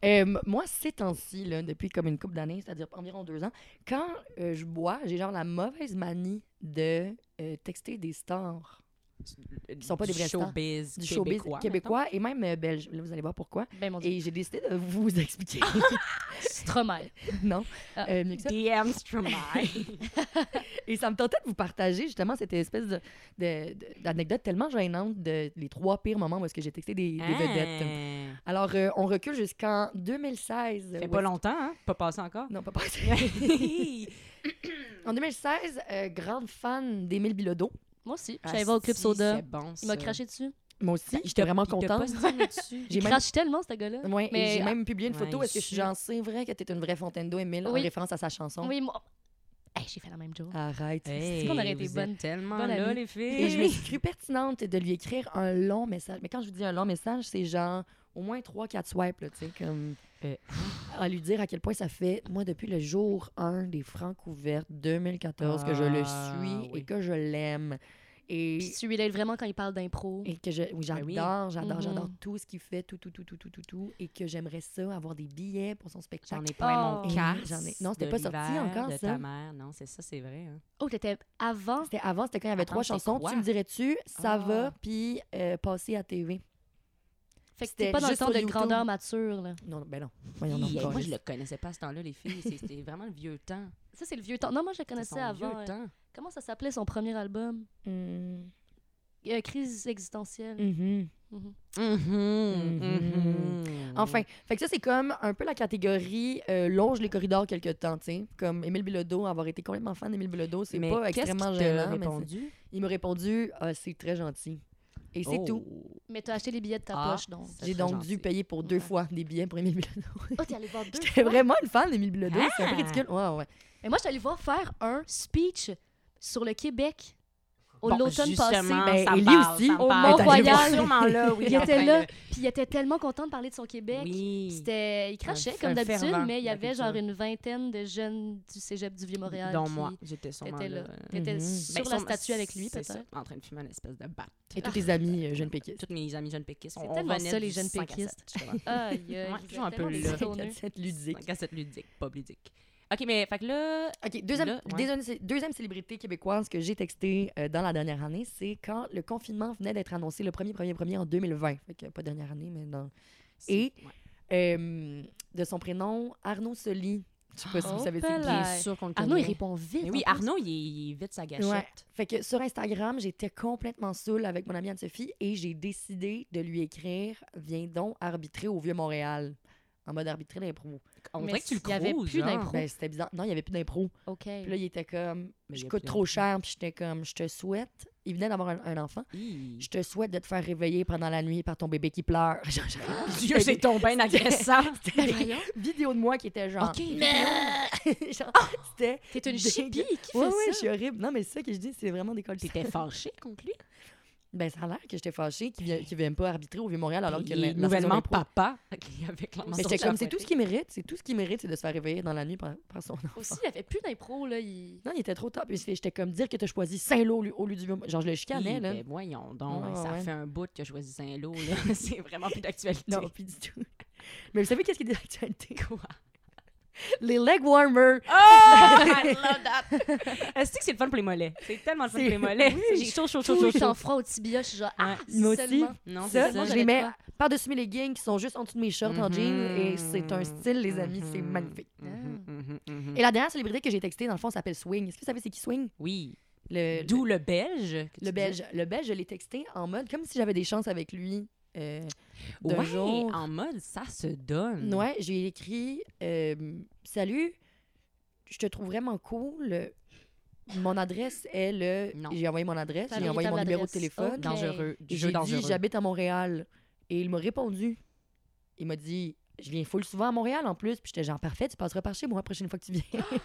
Euh, moi, ces temps-ci, là, depuis comme une couple d'années, c'est-à-dire environ deux ans, quand euh, je bois, j'ai genre la mauvaise manie de euh, texter des stars Ils sont pas des vrais stars. showbiz du showbiz québécois. québécois, et même euh, belge. Là, vous allez voir pourquoi. Ben mon dieu, Et j'ai décidé de vous expliquer. Ah! c'est trop mal. non. Ah. euh, mieux que ça. mettons. DMs from my... Et ça me tentait de vous partager justement cette espèce de- de- de- d'anecdote tellement gênante de les trois pires moments où est-ce que j'ai texté des, des vedettes. Hein. Alors, euh, on recule jusqu'en 2016. Ça fait où pas est-ce- longtemps, hein? Pas passé encore. Non, pas passé. J'avais en 2016, euh, grande fan d'Émile Bilodeau. Moi aussi, j'allais voir au Club Soda. Ah, bon, Il m'a craché dessus. Moi aussi, ça. j'étais vraiment contente. J'ai J'ai Il même- crache tellement, ce gars-là. Ouais, et Mais- ah, j'ai même publié une Ouais, photo. il Est-ce que je suis sue. genre, c'est vrai que t'es une vraie fontaine d'eau, Émile, en Oui. référence à sa chanson? Oui, moi... Hey, j'ai fait la même joke. Ah, Arrête. Hey, C'est qu'on aurait été vous bonnes- êtes tellement bonnes là, amies. les Et je me filles. suis crue pertinente de lui écrire un long message. Mais quand je vous dis un long message, c'est genre au moins 3-4 swipes, là, tu sais, comme. Euh. À lui dire à quel point ça fait, moi, depuis le jour 1 des Francs couverts 2014, que je le Ah, suis oui. et que je l'aime. Et, Puis tu l'aides vraiment quand il parle d'impro. et que je, oui, j'adore, Ben oui. Mm-hmm. j'adore, Mhm. j'adore tout ce qu'il fait, tout, tout, tout, tout, tout, tout, tout. Et que j'aimerais ça, avoir des billets pour son spectacle. J'en ai plein Oh. mon casse. J'en ai- non, c'était de pas sorti l'hiver, encore, de ça. ta mère. Non, c'est ça, c'est vrai. hein. Oh, t'étais avant? C'était avant, c'était quand il y avait Attends, trois c'est chansons. quoi? Tu me dirais-tu, ça Ah. va, puis euh, passer à TV. Fait que C'était t'es pas dans le juste temps sur de YouTube. grandeur mature, là. Non, ben non. Voyons donc, Hi, moi, Carlis. je le connaissais pas à ce temps-là, les filles. C'est- C'était vraiment le vieux temps. Ça, c'est le vieux temps. Non, moi, je le C'est connaissais son avant. vieux euh, temps. Comment ça s'appelait son premier album? Mhm. Euh, crise existentielle. Mm-hmm. Mhm. Mhm. Mhm, Mhm. mhm. Enfin, fait que ça, c'est comme un peu la catégorie euh, longe les corridors quelque temps, tu sais. Comme Émile Bilodeau, avoir été complètement fan d'Émile Bilodeau, c'est Mais pas qu'est-ce extrêmement qu'il t'a gênant. mais répondu? c'est- il m'a répondu, Ah, c'est très gentil. Et c'est Oh. tout. Mais t'as acheté les billets de ta Ah. poche, donc. C'est J'ai très donc gentil. dû payer pour deux Ouais. fois des billets pour Émile Bilodeau. Oh, t'es allé voir deux J'étais fois? vraiment une fan d'Émile Bilodeau, c'est un peu Ah! ridicule. Ouais, ouais. Mais moi, je suis allée voir faire un speech sur le Québec au Bon, l'automne justement, passé. ben, ça me Élie parle, aussi, ça me au parle. Mont-Royal. Elle était sûrement là, oui. Il en train était là, de- puis il était tellement content de parler de son Québec. Oui. C'était, il crachait Un- comme un d'habitude, fervent mais il de y la avait culture. genre une vingtaine de jeunes du cégep du Vieux-Montréal. Dans qui moi, j'étais sûrement étaient là. là. T'étais Mhm. sur Ben, la sûrement, statue avec lui, c'est peut-être. ça, En train de fumer une espèce de batte. Et tous tes amis euh, jeunes péquistes. Toutes mes amies jeunes péquistes. C'est on- on tellement venait ça, du les jeunes 5 à 7, péquistes. justement. Aïe, aïe, Ouais, vous toujours un êtes peu tellement là. des tourneux. Cette ludique. 5 à 7 ludique, pas ludique. OK, mais fait que là... OK, deuxième, Là, ouais. deuxième, cé- deuxième célébrité québécoise que j'ai textée euh, dans la dernière année, c'est quand le confinement venait d'être annoncé le 1er, 1er, 1er en 2020. Fait que pas dernière année, mais dans... c'est- Et- ouais. Euh, de son prénom, Arnaud Soli. Je sais pas si Oh, vous savez c'est qui. là. Bien sûr qu'on le Arnaud, il connaît. répond vite. Mais oui, en plus. Arnaud, il est, il est vite sa gâchette. Ouais. Fait que sur Instagram, j'étais complètement saoule avec mon amie Anne-Sophie et j'ai décidé de lui écrire « Viens donc arbitrer au Vieux-Montréal » en mode arbitrer l'impro. On Mais dirait que tu le hein. il y avait crois, plus genre. d'impro. Ben, c'était bizarre. Non, il n'y avait plus d'impro. OK. Puis là, il était comme « Mais il y Je a coûte plus trop d'impro. cher. » Puis j'étais comme « Je te souhaite. » Il venait d'avoir un, un enfant. Hi. Je te souhaite de te faire réveiller pendant la nuit par ton bébé qui pleure. Genre, j'avais- Dieu, c'est ton bain agressant. C'était des vidéos de moi qui était genre. OK. Ah! genre, c'était. T'es une Dégueu. chipie qui fait Ouais, ouais, je ça. suis horrible. Non, mais c'est ça que je dis, c'est vraiment des colissons. T'étais fâché contre lui. Ben, ça a l'air que j'étais fâchée qu'ils ne viennent pas arbitrer au Vieux-Montréal alors Puis que il la- est la nouvellement saison d'impro- papa. OK, avec la Mais mention j'étais de comme, c'est la tout ce qu'il mérite. C'est tout ce qu'il mérite, c'est de se faire réveiller dans la nuit par, par son enfant. Aussi, il avait plus d'impro, là. Il... Non, il était trop top. Puis J'étais comme, dire que t'as choisi Saint-Lô au lieu- au lieu du Vieux-Montréal. Genre, je le Hi, chicanais, là. ben voyons donc, Ah, ça ouais. fait un bout que je choisis Saint-Lô. là. c'est vraiment plus d'actualité. Non, plus du tout. Mais vous savez qu'est-ce qui est d'actualité? Quoi? Les leg warmers. Oh, I love that! Est-ce que c'est le fun pour les mollets? C'est tellement le fun pour C'est- les mollets. oui. J'ai chaud, chaud, chaud, Tout chaud, le temps chaud. froid au tibia, je suis genre, ah, Ouais. Moi aussi. seulement. Non, ça, c'est ça, je j'avais les mets pas. par-dessus mes leggings qui sont juste en dessous de mes shorts en Mm-hmm. jeans. Et c'est un style, les amis, c'est Mhm. magnifique. Mhm, mhm, mhm. Et la dernière célébrité que j'ai textée, dans le fond, s'appelle Swing. Est-ce que vous savez c'est qui Swing? Oui. Le, D'où le belge. que tu euh, le disais. Belge. Le Belge, je l'ai texté en mode comme si j'avais des chances avec lui euh, d'un Ouais, jour. en mode ça se donne. Ouais, j'ai écrit euh, Salut, je te trouve vraiment cool. Mon adresse est le. Non. J'ai envoyé mon adresse, T'as j'ai envoyé envoyé mon ta numéro de adresse. téléphone. Ok. Dangereux. Et Jeu J'ai dangereux. dit J'habite à Montréal. Et il m'a répondu. Il m'a dit Je viens full souvent à Montréal en plus. Puis j'étais genre Parfait, tu passeras par chez moi la prochaine fois que tu Ah, viens.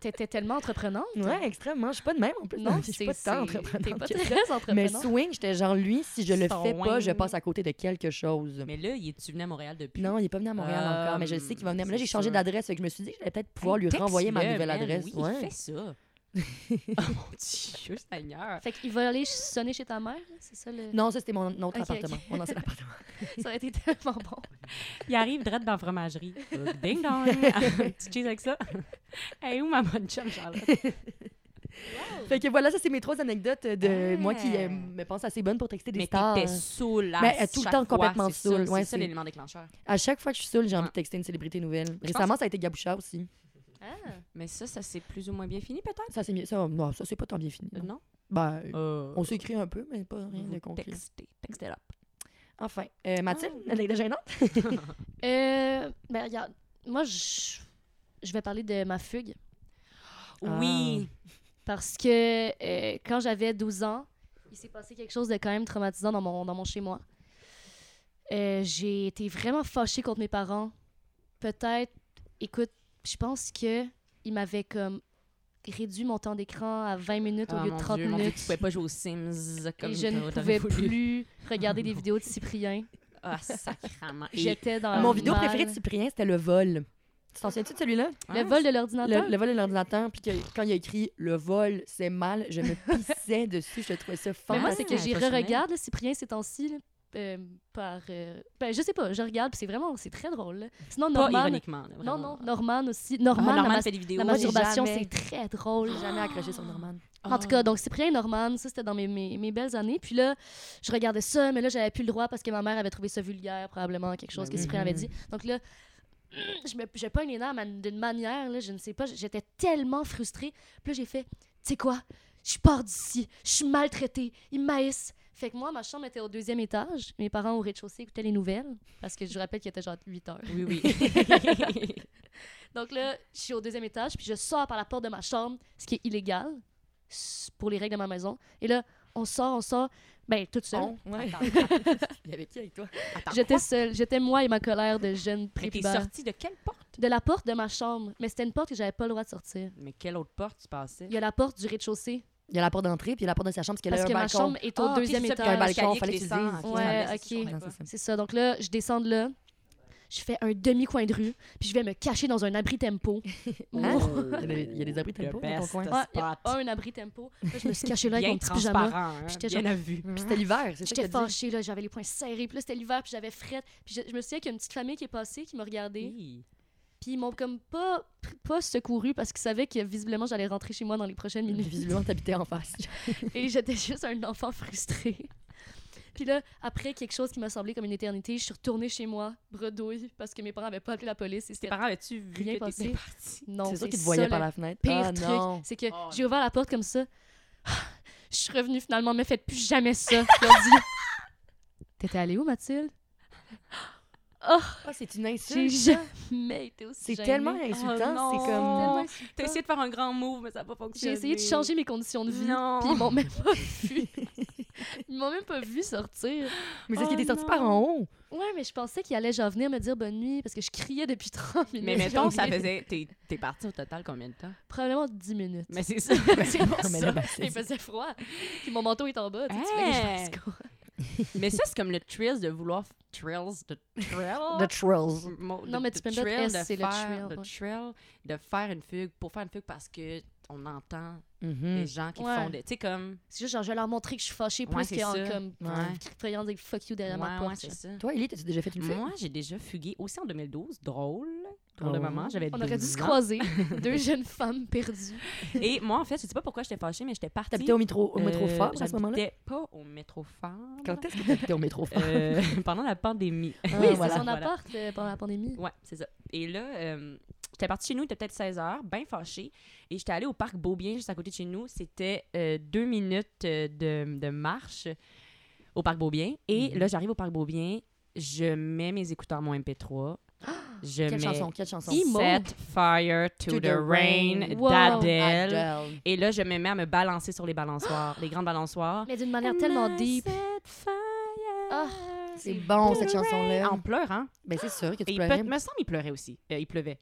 T'étais tellement entreprenante. ouais, extrêmement. Je suis pas de même en plus. Non, je c'est suis pas tant c'est- T'es entreprenante pas que ça. très Mais entreprenante. swing, j'étais genre lui, si je le Swing. fais pas, je passe à côté de quelque chose. Mais là, il est-tu venu à Montréal depuis? Non, il est pas venu à Montréal Euh, encore, mais je sais qu'il va venir. Mais là, c'est j'ai changé sûr. d'adresse, fait que je me suis dit que j'allais peut-être pouvoir lui Texte-le, renvoyer ma nouvelle man, adresse. Oui, ouais. il fait ça. oh mon Dieu, Seigneur. Fait qu'il va aller sonner chez ta mère, là, c'est ça le. Non, ça c'était mon autre Ok, appartement, ok. mon ancien appartement. Ça aurait été tellement bon. Il arrive direct dans la fromagerie. Euh, Ding dong! Petit cheese avec ça. Hey, où ma bonne chum, Charlotte? Fait que voilà, ça c'est mes trois anecdotes de Ah. moi qui euh, me pense assez bonne pour texter des Mais stars. t'étais saoule. à Mais, euh, tout le chaque temps fois, complètement c'est ça, saoule, ouais, C'est ça c'est- l'élément déclencheur. À chaque fois que je suis seule, j'ai envie Ouais. de texter une célébrité nouvelle. pense- Récemment, ça a été Gabouchard aussi. Ah, Mais ça, ça s'est plus ou moins bien fini, peut-être? Ça c'est mieux. Ça, non, ça c'est pas tant bien fini. Euh, non. Non? Ben, Euh, on s'écrit un peu, mais pas rien vous de concret. Textez, textez up. Enfin, euh, Mathilde, anecdote gênante? Euh, ben, regarde, moi, je je vais parler de ma fugue. Ah. Oui. Parce que euh, quand j'avais 12 ans, il s'est passé quelque chose de quand même traumatisant dans mon, dans mon chez-moi. Euh, j'ai été vraiment fâchée contre mes parents. Peut-être, écoute, je pense que ils m'avaient comme réduit mon temps d'écran à 20 minutes au Ah, lieu mon de 30 Dieu, mon Dieu, minutes. tu pouvais pas jouer aux Sims comme et je ne t'aurais pouvais voulu. plus regarder des vidéos de Cyprien. Ah, sacrément. Et- J'étais dans Mon le vidéo mal. préférée de Cyprien, c'était le vol. Tu t'en souviens-tu de celui-là? hein? Le vol de l'ordinateur. Le, le vol de l'ordinateur, puis que- quand il a écrit le vol, c'est mal, je me pissais dessus, je trouvais ça Mais moi, fantastique. c'est que Ah, j'y impressionnant. re-regarde, là, Cyprien, ces temps-ci, là, euh, par... euh, ben, je sais pas, je regarde, puis c'est vraiment... C'est très drôle. là. Sinon, Pas Norman... ironiquement. là, non, vraiment. non, Norman aussi. Ah, Norman, la, Norman mas- fait des vidéos. la Moi, j'ai masturbation, jamais- c'est très drôle. J'ai jamais accroché sur Norman. En Ah. tout cas, donc Cyprien, Norman, ça, c'était dans mes, mes, mes belles années. Puis là, je regardais ça, mais là, j'avais plus le droit parce que ma mère avait trouvé ça vulgaire, probablement, quelque chose Ben que oui. Cyprien avait Mhm. dit. Donc là, je me j'ai pas une énorme man- d'une manière, là, je ne sais pas, j'étais tellement frustrée. Puis là, j'ai fait, tu sais quoi, je pars d'ici, je suis maltraitée, ils m'haïssent. Fait que moi, ma chambre était au deuxième étage. Mes parents au rez-de-chaussée écoutaient les nouvelles parce que je vous rappelle qu'il était genre 8 heures. Ah, Oui, oui. Donc là, je suis au deuxième étage, puis je sors par la porte de ma chambre, ce qui est illégal s- pour les règles de ma maison. Et là, on sort, on sort, ben toute seule. Ouais. Attends, Il y avait qui avec toi? J'étais seule, j'étais moi et ma colère de jeune Mais t'es prépubère. sortie de quelle porte? De la porte de ma chambre, mais c'était une porte que j'avais pas le droit de sortir. Mais quelle autre porte tu passais? Il y a la porte du rez-de-chaussée Il y a la porte d'entrée, puis il y a la porte de sa chambre, parce qu'elle parce a un que ma balcon. chambre est au Ah, ok, deuxième c'est ça, puis Il y a un étage. balcon, escalier fallait que qui tu le descend, dises. ok, Ouais, ça, je ok. savais Non, pas. c'est ça. C'est ça. Donc là, je descends de là. Je fais un demi-coin de rue, puis je vais me cacher dans un abri tempo. Hein? Ouh. Il y a des- il y a des abris tempo Le dans ton best. coin. Ah, Ouais, il y a spot. un abri tempo. Là, je me suis cachée là avec Bien mon petit pyjama. transparent. hein, Puis j'étais bien genre- à vue. Puis c'était l'hiver, c'est ça que J'étais t'as dit. fâchée, là, j'avais les poings serrés. Puis là, c'était l'hiver, puis j'avais frette. Puis je, je me souviens qu'il y a une petite famille qui est passée, qui m'a regardée. Oui. Puis ils m'ont comme pas, pas secouru parce qu'ils savaient que visiblement, j'allais rentrer chez moi dans les prochaines minutes. Visiblement, t'habitais en face. Et j'étais juste un enfant frustré. Puis là, après quelque chose qui m'a semblé comme une éternité, je suis retournée chez moi, bredouille, parce que mes parents avaient pas appelé la police. Et Tes c'était parents, as-tu vu Rien que t'étais passé. partie? non, C'est sûr qu'ils te ça voyaient le par la fenêtre. pire ah, truc. non. C'est que Oh, j'ai ouvert la porte comme ça. je suis revenue finalement, mais faites plus jamais ça. Puis on dit T'étais allée où, Mathilde Oh, Ah, c'est une j'ai insulte. jamais été aussi C'est gênée. tellement non. insultant. C'est Tellement comme... insultant. T'as essayé de faire un grand move, mais ça n'a pas fonctionné. J'ai essayé de changer mes conditions de vie. Non. Puis ils m'ont même pas vu. ils m'ont même pas vu sortir. Mais c'est ce qui Oh, était sorti non. par en haut. Ouais, mais je pensais qu'ils allaient genre venir me dire bonne nuit parce que je criais depuis 30 minutes. Mais mettons que ça J'en ai- faisait. T'es t'es partie au total combien de temps? Probablement 10 minutes. Mais c'est ça. C'est pour Mais ça. là, ben, c'est- Il faisait froid. Puis mon manteau est en bas. Tu sais, tu fais les Hey. choses qu'on- Mais ça, c'est comme le thrill de vouloir. Thrills, de The thrill. Trills. Non, mais tu peux mettre S, c'est le thrill, Le ouais. thrill de faire une fugue pour faire une fugue parce que on entend Mhm. les gens qui Ouais. font des. Tu sais, comme. C'est juste genre, je vais leur montrer que je suis fâchée Ouais, plus c'est qu'en ça. comme Ouais. criant des fuck you derrière ma Ouais, ouais, porte. c'est là. ça. Toi, Ellie, t'as-tu déjà fait une fuite? Moi, j'ai déjà fugué aussi en 2012. Drôle. Drôle de Oh. maman. J'avais On aurait dû 12 se ans. croiser, deux jeunes femmes perdues. Et moi, en fait, je sais pas pourquoi j'étais fâchée, mais j'étais partie. T'habitais au, métro, au métro Euh, Fabre à ce moment-là? J'habitais pas au métro Fabre. Quand est-ce que t'habitais au métro Fabre? Euh, pendant la pandémie. Ah, oui, voilà. c'est son Voilà. appart euh, pendant la pandémie. Ouais, c'est ça. Et là, euh, j'étais partie chez nous, il était peut-être 16h, bien fâchée. Et j'étais allée au parc Beaubien, juste à côté de chez nous. C'était euh, deux minutes euh, de, de marche. au Parc Beaubien. Et là, j'arrive au Parc Beaubien, je mets mes écouteurs, mon MP3. je Quelle mets chanson, quelle chanson? Imo. Set Fire to, To the, the Rain, Rain. Wow. d'Adele. Adele. Et là, je me mets à me balancer sur les balançoires, les grandes balançoires. Mais d'une manière tellement And I deep. set fire Ah. C'est bon, to cette the rain. chanson-là. En pleurant. Ben, c'est sûr Ah. que Et tu il pleurais. peut- me semble qu'il pleurait aussi. Euh, il pleuvait.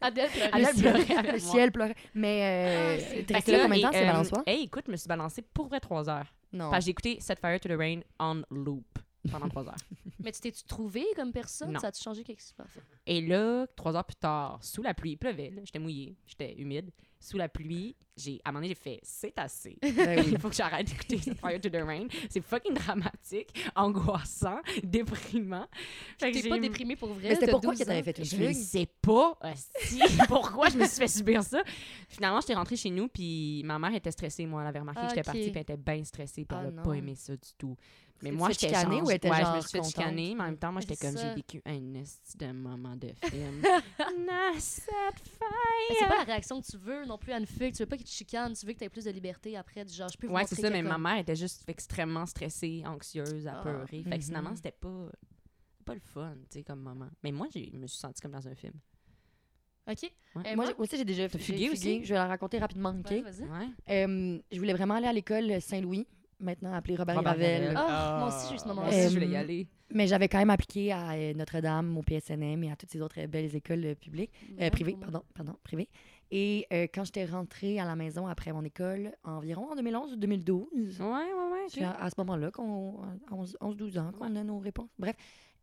Adèle pleurait. Adèle aussi. pleurait avec Le moi. ciel pleurait. Mais Ah, euh, c'est- t'es Fait que resté là là, combien de temps, et, c'est euh, balançoire? hey, écoute, je me suis balancée pour vrai trois heures. Non. Parce que j'ai écouté Set Fire to the Rain on loop pendant trois heures. Mais tu t'es-tu trouvée comme personne? Non. Ça a-tu changé quelque chose? Parfait. Et là, trois heures plus tard, sous la pluie, il pleuvait, là, j'étais mouillée, j'étais humide. Sous la pluie, j'ai, à un moment donné, j'ai fait c'est assez. Ben oui. Il faut que j'arrête d'écouter Set Fire to the Rain. C'est fucking dramatique, angoissant, déprimant. Fait que T'es j'ai- pas déprimée pour vrai? Mais c'était t'as pourquoi 12 que t'avais ans. fait le Je ne truc? sais pas hostie, pourquoi je me suis fait subir ça. Finalement, j'étais rentrée chez nous, puis ma mère était stressée. Moi, elle avait remarqué Ah, que j'étais ok. partie, puis elle était bien stressée, puis Ah, elle n'a non. pas aimé ça du tout. Mais Tu moi, te j'étais chicanais genre- ou elle était ouais, je me genre suis fait contente? chicaner, mais en même temps, moi, Mais j'étais c'est comme, ça. j'ai vécu un esti de moment de film. Na, cette Mais C'est fire! pas la réaction que tu veux non plus à une fille. Tu veux pas qu'ils te chicanent. Tu veux que t'aies plus de liberté après. Du genre, je peux vous Ouais, montrer c'est ça, mais quelqu'un. ma mère était juste extrêmement stressée, anxieuse, Ah. apeurée. Fait que finalement, Mhm. c'était pas, pas le fun, tu sais, comme moment. Mais moi, j'ai- je me suis sentie comme dans un film. OK. Ouais. Euh, Moi, j'ai- moi aussi, j'ai déjà j'ai fugué fugué. aussi? Je vais la raconter rapidement, OK? Ouais, vas-y. Ouais. Euh, je voulais vraiment aller à l'école Saint-Louis, maintenant appelée Robert, et Robert Ravel. Ravel. Ah, moi aussi, j'ai eu ce moment-là. Moi aussi, je voulais y Euh, aller. Mais j'avais quand même appliqué à euh, Notre-Dame, au PSNM et à toutes ces autres euh, belles écoles euh, publiques, euh, Ouais, privées, pour moi. pardon, pardon, privées. Et euh, quand j'étais rentrée à la maison après mon école, environ en 2011 ou 2012, Ouais, ouais, ouais. c'est à, à ce moment-là, qu'on, à 11, 11, 12 ans, qu'on a nos réponses. Bref,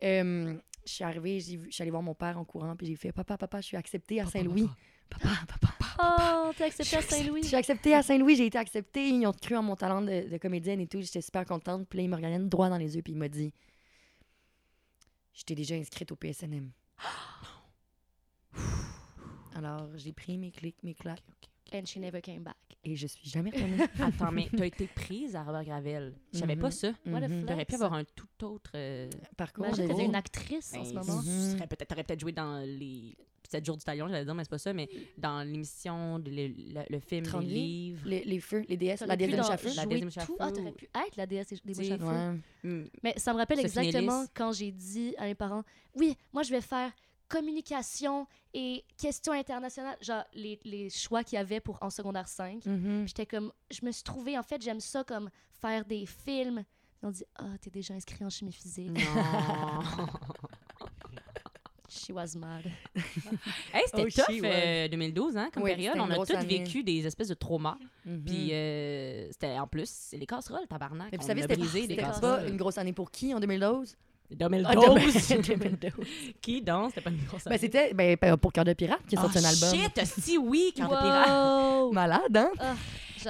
euh, je suis arrivée, j'ai vu- je suis allée voir mon père en courant, puis j'ai fait Papa, papa, je suis acceptée à Saint-Louis. Papa, Ah, papa, Oh, t'as accepté je à suis acceptée- Je Saint-Louis. suis acceptée à Saint-Louis, j'ai été acceptée. Ils ont cru en mon talent de, de comédienne et tout. J'étais super contente. Puis là, il me regardait droit dans les yeux, puis il m'a dit J'étais déjà inscrite au PSNM. Alors, j'ai pris mes clics, mes claques, And she never came back. et je suis jamais revenue. Attends, mais t'as été prise à Robert Gravel. Je savais pas Mhm. ça. What a Mhm. flex. T'aurais pu avoir un tout autre. euh, Parcours Imagine, de t'étais vie. une actrice en ce ben, moment. Mhm. tu serais peut-être- T'aurais peut-être joué dans les 7 jours du talion, j'allais dire, mais c'est pas ça, mais dans l'émission, de le, le- le film, les 30 livres. les, les feux, les déesses, la T'aurais pu déesse de dans- Mishafeu. La jouer déesse de Mishafeu. tout. Ah, t'aurais pu être la déesse des Tu Mishafeu. sais, Ouais. Mm. Mais ça me rappelle Sophie exactement Nellis. quand j'ai dit à mes parents Oui, moi, je vais faire communication et questions internationales. Genre, les, les choix qu'il y avait pour en secondaire 5. Mhm. J'étais comme, je me suis trouvée, en fait, j'aime ça comme faire des films. Ils ont dit, ah, t'es déjà inscrit en chimie physique. Mm. Non. She was mad. hey, c'était Oh, she tough, was. euh, 2012, hein, comme Oui, période. c'était On une a grosse tous année. vécu des espèces de traumas. Mhm. Puis euh, c'était en plus, c'est les casseroles, tabarnak. Mais vous On savez, a c'était brisé les c'était casseroles. pas une grosse année pour qui en 2012? 2012. Ah, 2012. Qui danse? C'était pas une grosse Ben, c'était ben, pour Cœur de Pirate qui a Oh, sorti un album. Shit, si oui, quand Wow! le pirate. Malade, hein? J'adore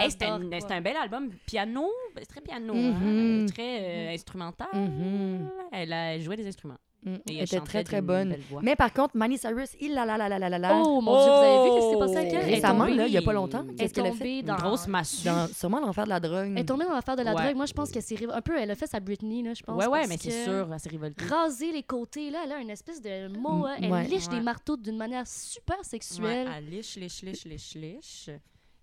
Hey, c'était un, quoi. c'était un bel album piano, ben, c'est très piano, Mhm. hein, très euh, Mm-hmm. instrumental. Mhm. Elle a joué des instruments. Mm. Mm-hmm. Et Elle était chantait très, très d'une bonne. belle voix. Mais par contre, Manny Cyrus, il la la la la la la la. Oh mon dieu, vous avez vu ce qui s'est passé à Oh! Cannes? Elle est Récemment, tombée- là, il y a pas longtemps. Elle est qu'est-ce qu'elle a fait? tombée Une dans. grosse massue. Dans, sûrement l'enfer de la drogue. Elle est tombée dans l'affaire de la Ouais. drogue. Moi, je pense que c'est. riv- Un peu, elle a fait sa Britney, là, je pense. ouais, ouais, parce mais c'est que sûr, elle s'est révoltée. Raser les côtés, là, elle a une espèce de mot. Mm, Elle ouais. liche Ouais. des marteaux d'une manière super sexuelle. Ouais, elle liche, liche, liche, liche, liche.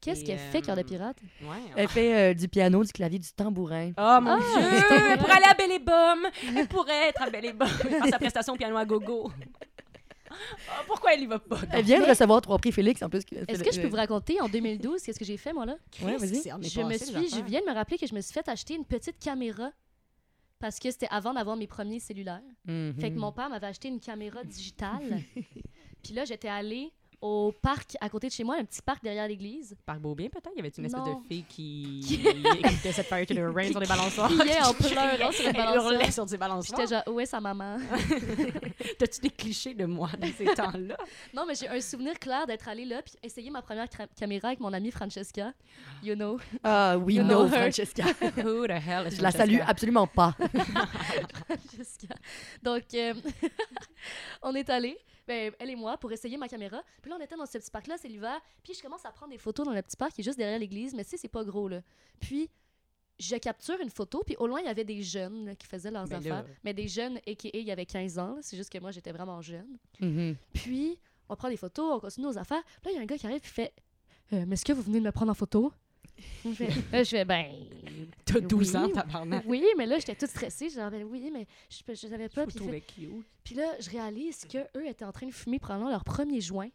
Qu'est-ce Et, qu'elle fait, Cœur de euh, Pirate? Ouais. Elle fait euh, du piano, du clavier, du tambourin. Oh mon Ah, dieu! Elle pourrait aller à Belle et Bomme! Elle pourrait être à Belle et Bomme faire sa prestation au piano à gogo. Ah, pourquoi elle y va pas? Elle vient de Mais- recevoir trois prix Félix en plus. Est-ce que je peux vous raconter en 2012 qu'est-ce que j'ai fait, moi, là? Ouais, Christ, vas-y. c'est- on est Je me passé, les suis, je affaires. viens de me rappeler que je me suis fait acheter une petite caméra parce que c'était avant d'avoir mes premiers cellulaires. Mhm. Fait que mon père m'avait acheté une caméra digitale. Puis là, j'étais allée au parc à côté de chez moi, un petit parc derrière l'église. Par Beaubien, peut-être? Il y avait une espèce Non. de fille qui écoutait cette Fire to the Rain sur les balançoires. Qui criait en pleurant hein, sur les Elle balançoires. hurlait sur des J'étais balançoires. genre, où est sa maman? T'as-tu des clichés de moi dans ces temps-là? non, mais j'ai un souvenir clair d'être allée là puis essayer ma première cra- caméra avec mon amie Francesca. You know. Ah oui, You no, know her. Francesca. Who the hell is Je la salue absolument pas. Francesca. Donc, euh, on est allé, ben, elle et moi, pour essayer ma caméra. Puis là, on était dans ce petit parc-là, c'est l'hiver. Puis je commence à prendre des photos dans le petit parc qui est juste derrière l'église, mais tu sais, c'est pas gros, là. Puis, je capture une photo, puis au loin, il y avait des jeunes là, qui faisaient leurs Mais là. affaires. Mais des jeunes, a.k.a., il y avait 15 ans. là. C'est juste que moi, j'étais vraiment jeune. Mhm. Puis, on prend des photos, on continue nos affaires. Là, il y a un gars qui arrive, puis fait euh, Mais est-ce que vous venez de me prendre en photo Je fais, là, je fais, ben. T'as 12 ans, Oui. tabarnak. Oui, mais là, j'étais toute stressée. Genre, ben oui, mais je, je savais pas. Puis, il fait- cute. puis là, je réalise qu'eux étaient en train de fumer probablement leur premier joint.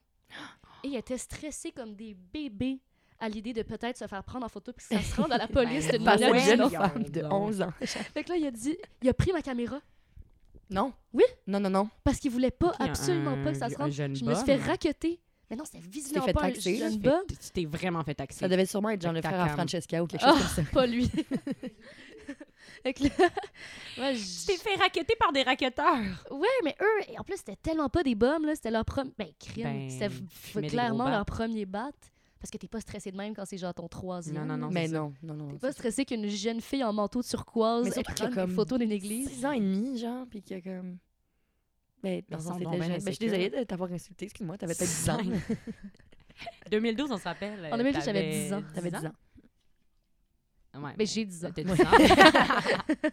Et ils étaient stressés comme des bébés à l'idée de peut-être se faire prendre en photo puis que ça se rende à la Ben, police d'une Parce manière que ou voyons jeune d'une autre. femme de donc. 11 ans. Fait que là, il a dit, il a pris ma caméra Non. Oui? Non, non, non. parce qu'il voulait pas, Ok, absolument un- pas que ça se un rende. jeune Je me suis fait bum. raqueter. Mais non, c'est visiblement fait pas un taxer, là. jeune Tu bum. t'es- tu t'es vraiment fait taxer. Ça devait sûrement être genre le Avec ta frère à cam. Francesca ou quelque Ah, chose comme ça. pas lui. fait que là, moi, je- Tu t'es fait raqueter par des raqueteurs. Ouais, mais eux, et en plus, c'était tellement pas des bums, là. C'était leur premier. Ben, crime. Ben, c'était ils v- fumaient des gros clairement battes. leur premier bat. Parce que t'es pas stressé de même quand c'est genre ton troisième. Non, non, non. Mais c'est ça. non, non, non. T'es pas stressé qu'une jeune fille en manteau turquoise Mais surtout elle qu'il y a prenne comme une photo d'une église. 6 ans et demi, genre, puis que comme. Ben, dans le sens, semble c'était donc bien jeune. Ben, je suis insécure. désolée de t'avoir insulté, excuse-moi, t'avais peut-être 10 ans. 2012, on se rappelle. En 2012, j'avais 10 ans. T'avais 10 ans. Ouais, Ben, j'ai 10 ans. T'as 10 ans.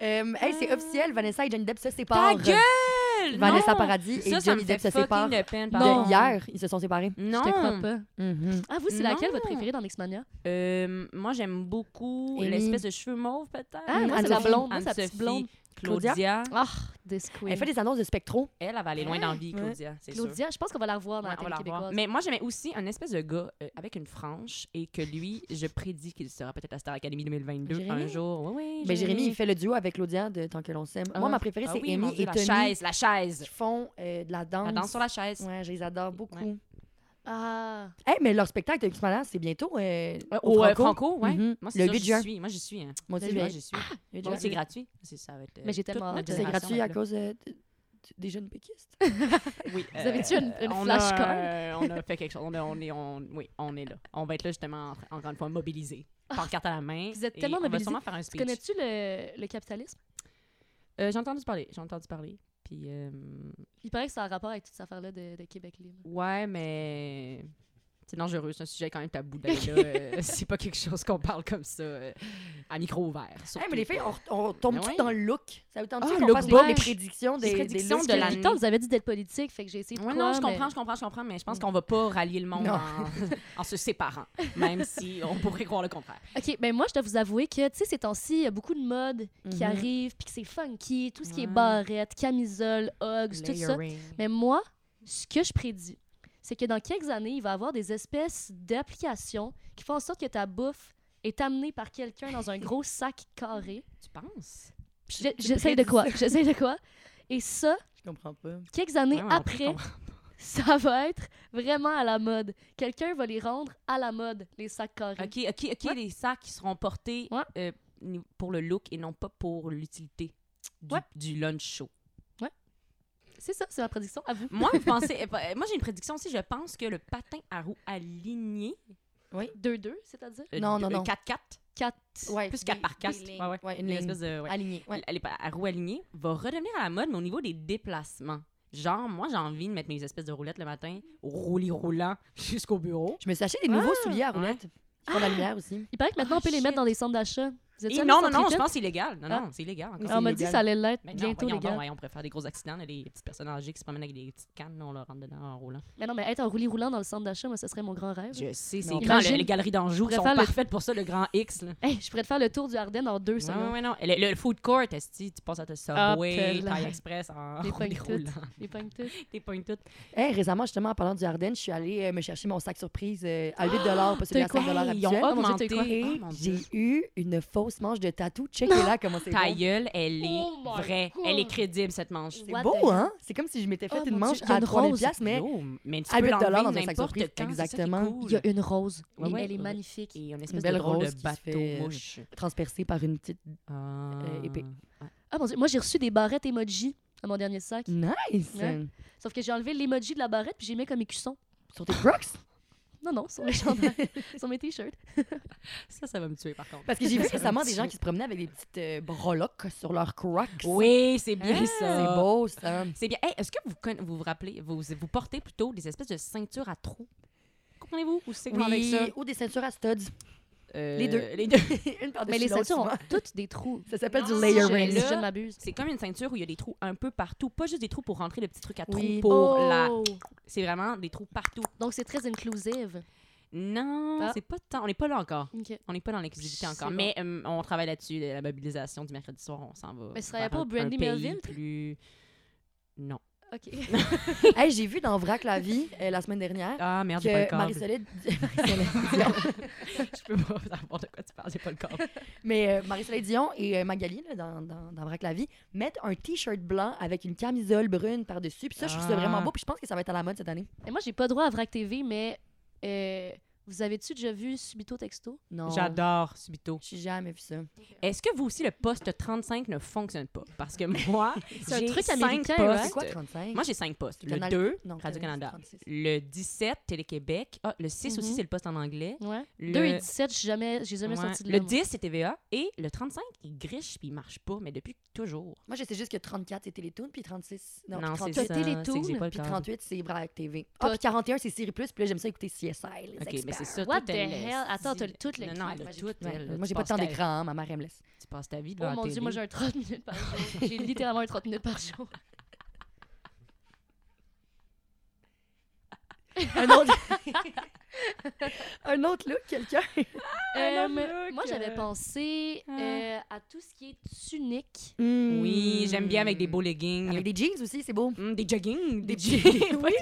Euh, hey, c'est officiel, Vanessa et Johnny Depp se Ta séparent. gueule! euh, Vanessa non! Paradis et Ça, ça me Johnny fait Depp se séparent. fucking de peine. De- pardon. Hier, ils se sont séparés. Non. Je te crois pas. Mhm. Ah, vous, c'est laquelle Non. votre préférée dans Mixmania? Euh, moi, j'aime beaucoup Ellie. l'espèce de cheveux mauves, peut-être. Ah, moi, c'est la Anne-Sophie. blonde. Moi, c'est la petite Anne-Sophie. blonde. Claudia. Ah, This Queen. Elle fait des annonces de Spectro. Elle, elle va aller loin dans la vie, Claudia, c'est sûr. Claudia, je pense qu'on va la revoir dans Ouais, la on va télé la revoir. québécoise. Mais moi, j'aimais aussi un espèce de gars euh, avec une frange et que lui, je prédis qu'il sera peut-être à Star Academy 2022 un Jérémy? jour. Oui, oui. Ben, Jérémy, il fait le duo avec Claudia de Tant que l'on s'aime. Ah, Moi, ma préférée, ah c'est oui, mon Amy Dieu, et la Tony. chaise, la chaise. Ils font euh, de la danse. La danse sur la chaise. Ouais, je les adore beaucoup. Ouais. Ah, Hey, mais leur spectacle de X-Manas, c'est bientôt euh, Euh, au euh, Franco. Franco, ouais. Mhm. Moi, Le c'est ça, 8 j'y juin. suis. Moi, j'y suis. hein. Moi aussi, Moi, je vais. j'y suis. Le 8 Bon, juin. c'est gratuit. C'est- Ça va être, euh, Mais j'ai toute tellement notre hâte. C'est génération gratuit va à être là. cause euh, de- de- des jeunes péquistes. Oui, Vous avez-tu une- une on a, flashcard? euh, on a fait quelque chose. On, a- on est, on, oui, on est là. On va être là justement, en- encore une fois, mobilisés. Par carte à la main. Vous êtes et tellement on va mobilisés. sûrement faire un tu speech. connais-tu le, le capitalisme? Euh, j'ai entendu parler. J'ai entendu parler. Puis, euh, Il paraît que ça a un rapport avec toute cette affaire-là de, de Québec libre. ouais, mais c'est dangereux. C'est un sujet quand même tabou. d'aller là. Euh, c'est pas quelque chose qu'on parle comme ça euh, à micro ouvert. Hey, surtout mais les filles, on, on tombe Mais toutes Ben ouais. dans le look. Ça vous tente Ah, qu'on look fasse les, les boche. prédictions Les des, prédictions des looks de que- la- Depuis le temps, vous avez dit d'être politique, fait que j'ai essayé de Ouais, quoi, non, je mais- comprends, je comprends, je comprends, mais je pense qu'on va pas rallier le monde Non. en, en se séparant, même si on pourrait croire le contraire. OK, ben moi, je dois vous avouer que, tu sais, ces temps-ci, il y a beaucoup de mode Mhm. qui arrive, puis que c'est funky, tout ce qui est Ouais. barrette, camisole, hugs, tout ça. Layering. Mais moi, ce que je prédis, c'est que dans quelques années, il va y avoir des espèces d'applications qui font en sorte que ta bouffe est amenée par quelqu'un dans un gros sac carré. Tu penses? Je- J'essaie de quoi? J'essaie de quoi? Et ça, Je comprends pas. quelques Ouais, années ouais, on peut après, ça va être vraiment à la mode. Quelqu'un va les rendre à la mode, les sacs carrés. OK, OK, OK, les sacs qui seront portés Ouais. euh, ni- pour le look et non pas pour l'utilité du, Ouais. du lunch show. C'est ça, c'est ma prédiction. À vous. Moi, vous pensez, euh, bah, moi j'ai une prédiction aussi, je pense que le patin à roues aligné, 2-2, c'est-à-dire? euh, Non, de- non, euh, non. 4-4, Quatre. Ouais, plus des- 4 par 4, des ouais, lignes. ouais. Ouais, une Une ligne. espèce de, ouais. Alignée. ouais. les pa- à roues alignées va redevenir à la mode, mais au niveau des déplacements. Genre, moi, j'ai envie de mettre mes espèces de roulettes le matin, au roulis roulant jusqu'au bureau. Je me suis acheté des nouveaux Ah, souliers à roulettes. Ils font de la lumière aussi. Il paraît que maintenant, on peut les shit. mettre dans des centres d'achat. Vous êtes Et allés non, au non, centre non, je Eaton? pense que c'est illégal. Non, Ah. non, c'est illégal. encore, Ah, Ah, on c'est m'a dit illégal. que ça allait l'être Mais non, bientôt, voyons les gars. donc, ouais, on préfère des gros accidents, là, les petites personnes âgées qui se promènent avec des petites cannes, là, on leur rentre dedans en roulant. Mais non, mais être en roulis roulant dans le centre d'achat, moi, ce serait mon grand rêve. Je... Je sais, c'est Non. grand. Imagine- le- les galeries d'Anjou Je sont préfère le- parfaites pour ça, le grand X. Là. je pourrais te faire le tour du Harden en deux Ouais, secondes. ouais, ouais, non. Le, le food court, esti, tu passes à ta Subway, Hop là. Thai Express en Les roulis pognes toutes. roulant. Les pognes toutes. T'es pas une toute. Hey, récemment, justement, en parlant du Ardennes, je suis allée euh, me chercher mon sac surprise euh, à 8 pas celui à 5 Ils ont mon habituel. Dieu, augmenté. t'es quoi? Et Oh, mon Dieu. j'ai eu une fausse manche de tatou. Check là comment c'est Ta bon. gueule, elle est Oh my vraie. God. Elle est crédible, cette manche. C'est beau, hein? C'est comme si je m'étais fait Oh, une mon manche Dieu, il y a à une 3000 rose. piastres, mais Yo, mais tu à peux 8 l'enlever dans un sac n'importe surprise, quand, c'est ça qui est exactement. cool. Il y a une rose. Ouais, et ouais, elle est ouais. magnifique. Et une espèce belle de drôle rose de qui bateau fait, euh, mouche. transpercée par une petite. Ah. épée. Ah mon dieu, moi j'ai reçu des barrettes emoji à mon dernier sac. Mm. Nice! euh, Ouais. Sauf que j'ai enlevé l'emoji de la barrette puis j'ai mis comme écusson. Sur tes Crocs? Non, non, sur mes chandails, sur mes t-shirts. Ça, ça va me tuer, par contre. Parce que j'ai vu Ça va récemment me des gens tuer. qui se promenaient avec des petites euh, breloques sur leurs Crocs. Oui, c'est bien Ah, ça. C'est beau, ça. C'est bien. Hey, Est-ce que vous, conna- vous vous rappelez, vous, vous portez plutôt des espèces de ceintures à trous? Comprenez-vous où c'est que je vais Oui, avec ça? ou des ceintures à studs. euh, Les deux. Les deux. une par-dessus Mais les l'autre, ceintures ont souvent. toutes des trous. Ça s'appelle du Non, Si je- layering. Si je Là, ne m'abuse. C'est comme une ceinture où il y a des trous un peu partout. Pas juste des trous pour rentrer le petit truc à trous Oui. pour Oh! la... C'est vraiment des trous partout. Donc, c'est très inclusive. Non, Ah. c'est pas tant. On n'est pas là encore. OK. On n'est pas dans l'exclusivité C'est encore. bon. Mais euh, on travaille là-dessus, la mobilisation du mercredi soir, on s'en va. Mais ce serait vers pas un- un Brandy pays Melville? plus... Non. OK. Hey, j'ai vu dans Vrac la vie euh, la semaine dernière Ah merde, j'ai pas le que corps. Marie-Solide. Marie-Solide Dion. Je peux pas savoir de quoi tu parles, j'ai pas le corps. Mais euh, Marie-Soleil Dion et euh, Magali, là, dans, dans, dans Vrac la vie, mettent un T-shirt blanc avec une camisole brune par-dessus. Puis ça, je trouve ça Ah. vraiment beau. Puis je pense que ça va être à la mode cette année. Et moi, j'ai pas droit à Vrac TV, mais euh, vous avez-tu déjà vu Subito Texto? Non. J'adore Subito. J'ai jamais vu ça. Est-ce que vous aussi, le poste 35 ne fonctionne pas? Parce que moi, un j'ai truc 5 américain, postes. right? C'est quoi, 35? Moi, j'ai 5 postes. Le Canal- 2, Non, Radio-Canada. 36. le 17, Télé-Québec. Ah, le 6 aussi, Mhm. c'est le poste en anglais. Ouais. Le- 2 et 17, j'ai jamais, j'ai jamais Ouais. sorti de là, Le moi. 10, c'est TVA. Et le 35, il griche puis il marche pas, mais depuis toujours. Moi, je sais juste que 34, c'est Télétoon, puis 36... Non, puis c'est 38, ça. T'as c'est Télétoon, que j'ai pas le Puis corps. 38, c'est Vrac TV. Toi- Ah, puis 41, c'est Siri+, puis là, j'aime ça écouter CSI, les OK, mais experts. c'est ça. toi, What the t'as le- hell? Attends, t'as le- tout Non, l'écran. non, Ouais, t'as moi, j'ai- tout. Ouais, elle, là. Tu moi, j'ai pas passes de temps ta- d'écran, hein, ma mère, elle me laisse. Tu passes ta vie devant Oh la mon Dieu, moi, télé. j'ai un 30 minutes par jour. J'ai littéralement un 30 minutes par jour. Un autre... un autre look, quelqu'un. non, Euh, moi, Luc, j'avais euh, pensé ah. euh, à tout ce qui est tunique. Oui, j'aime Hmm. bien avec des beaux leggings. Hmm. Avec des jeans aussi, c'est beau. Mm, des jogging. Des Des jeggings. oui,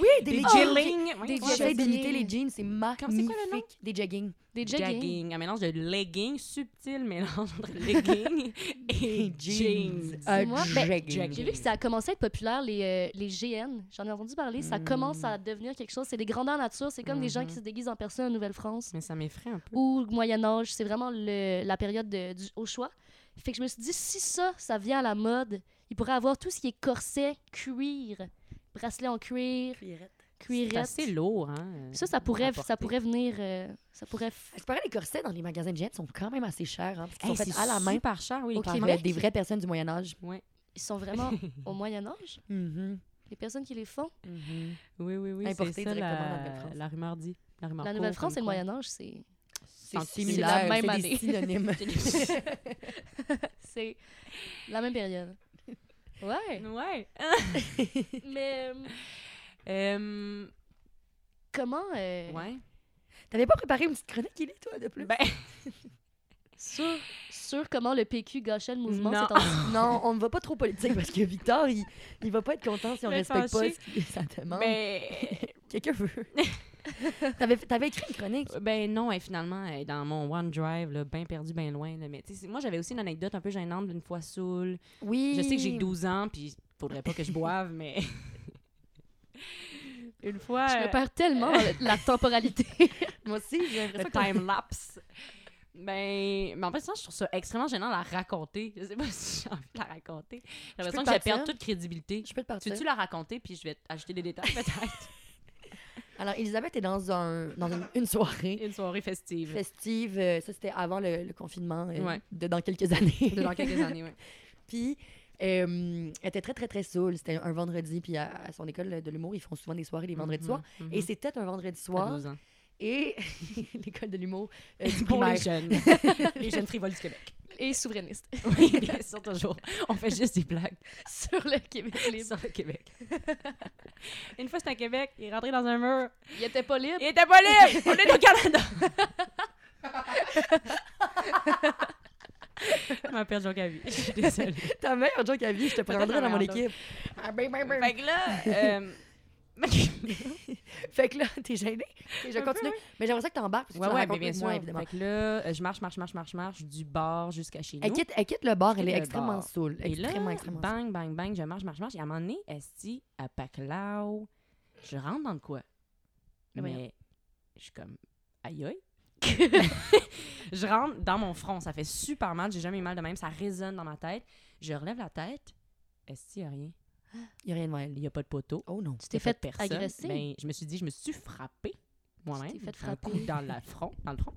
oui, des, Des leggings. jeggings. Des Ah, Oui, J'ai- J'essaie jeggings. d'imiter les jeans, c'est magnifique. Comme c'est quoi le nom? Des jogging. Des jogging. Jogging, un mélange de leggings, subtil mélange entre leggings et jeans. Un Moi, ben, jogging. J'ai vu que ça a commencé à être populaire, les, euh, les GN. J'en ai entendu parler. Ça Mm. commence à devenir quelque chose. C'est des grandeurs nature. C'est comme des gens Mhm. qui se déguisent en personne en Nouvelle-France Mais ça m'effraie un peu. ou Moyen-Âge. C'est vraiment le- la période de- du, au choix. Fait que je me suis dit, si ça, ça vient à la mode, il pourrait avoir tout ce qui est corset, cuir, bracelet en cuir, C'est cuirette. assez lourd, hein. Ça, ça pourrait, à ça porter. pourrait venir. euh, ça pourrait. f- Je parais les corsets dans les magasins de jeans sont quand même assez chers, hein, parce qu'ils Hey, sont c'est faits à la main super cher, oui. Au par Québec. euh, des vraies personnes du Moyen Âge. Ouais. Ils sont vraiment au Moyen-Âge, Mm-hmm. les personnes qui les font. Mhm. Oui, oui, oui. Importé c'est ça, directement la, dans la Nouvelle-France. la rumeur dit. La, rumeur La court, Nouvelle-France comme et quoi. le Moyen-Âge, c'est. C'est C'est similaire, la c'est même des année. synonymes. C'est la même période. Ouais. Ouais. Mais euh, Euh, comment. euh, ouais. T'avais pas préparé une petite chronique, il est toi, de plus? Ben, Sur, sur comment le PQ gâchait le mouvement, Non. c'est en... Non, on ne va pas trop politique parce que Victor, il, il va pas être content si on Il va être respecte pas Ben, fâché. ce que ça demande. ben, Quelqu'un veut. T'avais avais écrit une chronique. ben non, et finalement, elle est dans mon OneDrive, là, bien perdu, bien loin. là, mais tu sais, moi, j'avais aussi une anecdote un peu gênante d'une fois saoule. Oui. Je sais que j'ai 12 ans, puis faudrait pas que je boive, mais... une fois... euh, Je me perds tellement dans le- la temporalité. Moi aussi, j'ai le l'impression que time lapse. Ben, mais en fait, ça, je trouve ça extrêmement gênant de la raconter. Je sais pas si j'ai envie de la raconter. J'ai l'impression te que je vais partir? perdre toute crédibilité. je peux te Tu partir. veux-tu la raconter, puis je vais ajouter des détails, peut-être? Alors, Elisabeth est dans, un, dans une, une soirée Une soirée festive. festive. euh, ça, c'était avant le, le confinement, euh, Ouais. de, dans quelques années. De dans quelques années, oui. Puis, euh, elle était très, très, très saoule. C'était un vendredi. Puis, à, à son école de l'humour, ils font souvent des soirées les Mhm. vendredis soirs. Et c'était un vendredi soir. ans. Et l'école de l'humour euh, du Pour les primaire. jeunes. les jeunes frivoles du Québec. Et souverainiste. Oui, bien sûr, toujours. On fait juste des blagues Sur le Québec libre. sur le Québec. Une fois, c'était à Québec, il est rentré dans un mur. Il était pas libre. Il était pas libre! On est au Canada! Ma père joke à vie. Je suis désolée. Ta meilleure joke à vie, je te prendrais dans mon équipe. Ah, ben, ben, ben. fait que là... euh, Fait que là, t'es gêné. Je Un continue. Mais j'aimerais ça que t'embarques. Parce que ouais, tu ouais, racontes mais bien mieux que sûr. moi, ben, évidemment. Fait que là, euh, je marche, marche, marche, marche, marche du bar jusqu'à chez nous. Elle quitte, elle quitte le bar, Je elle est quitte le extrêmement bar. saoule. Et là, ben Extrêmement, extrêmement saoule. bang, bang, bang, je marche, marche, marche. Et à un moment donné, esti, à Paclao, je rentre dans le quoi? Mais voyons. Mais je suis comme, aïe aïe. je rentre dans mon front, ça fait super mal, j'ai jamais eu mal de même, ça résonne dans ma tête. Je relève la tête, esti, y a rien. Il n'y a rien de mal. Il y a pas de poteau. Oh non. Tu t'es Il y a pas fait de personne. agresser? Ben, je me suis dit, je me suis frappée. moi-même. Tu t'es fait un coup frapper. dans le front, dans le front.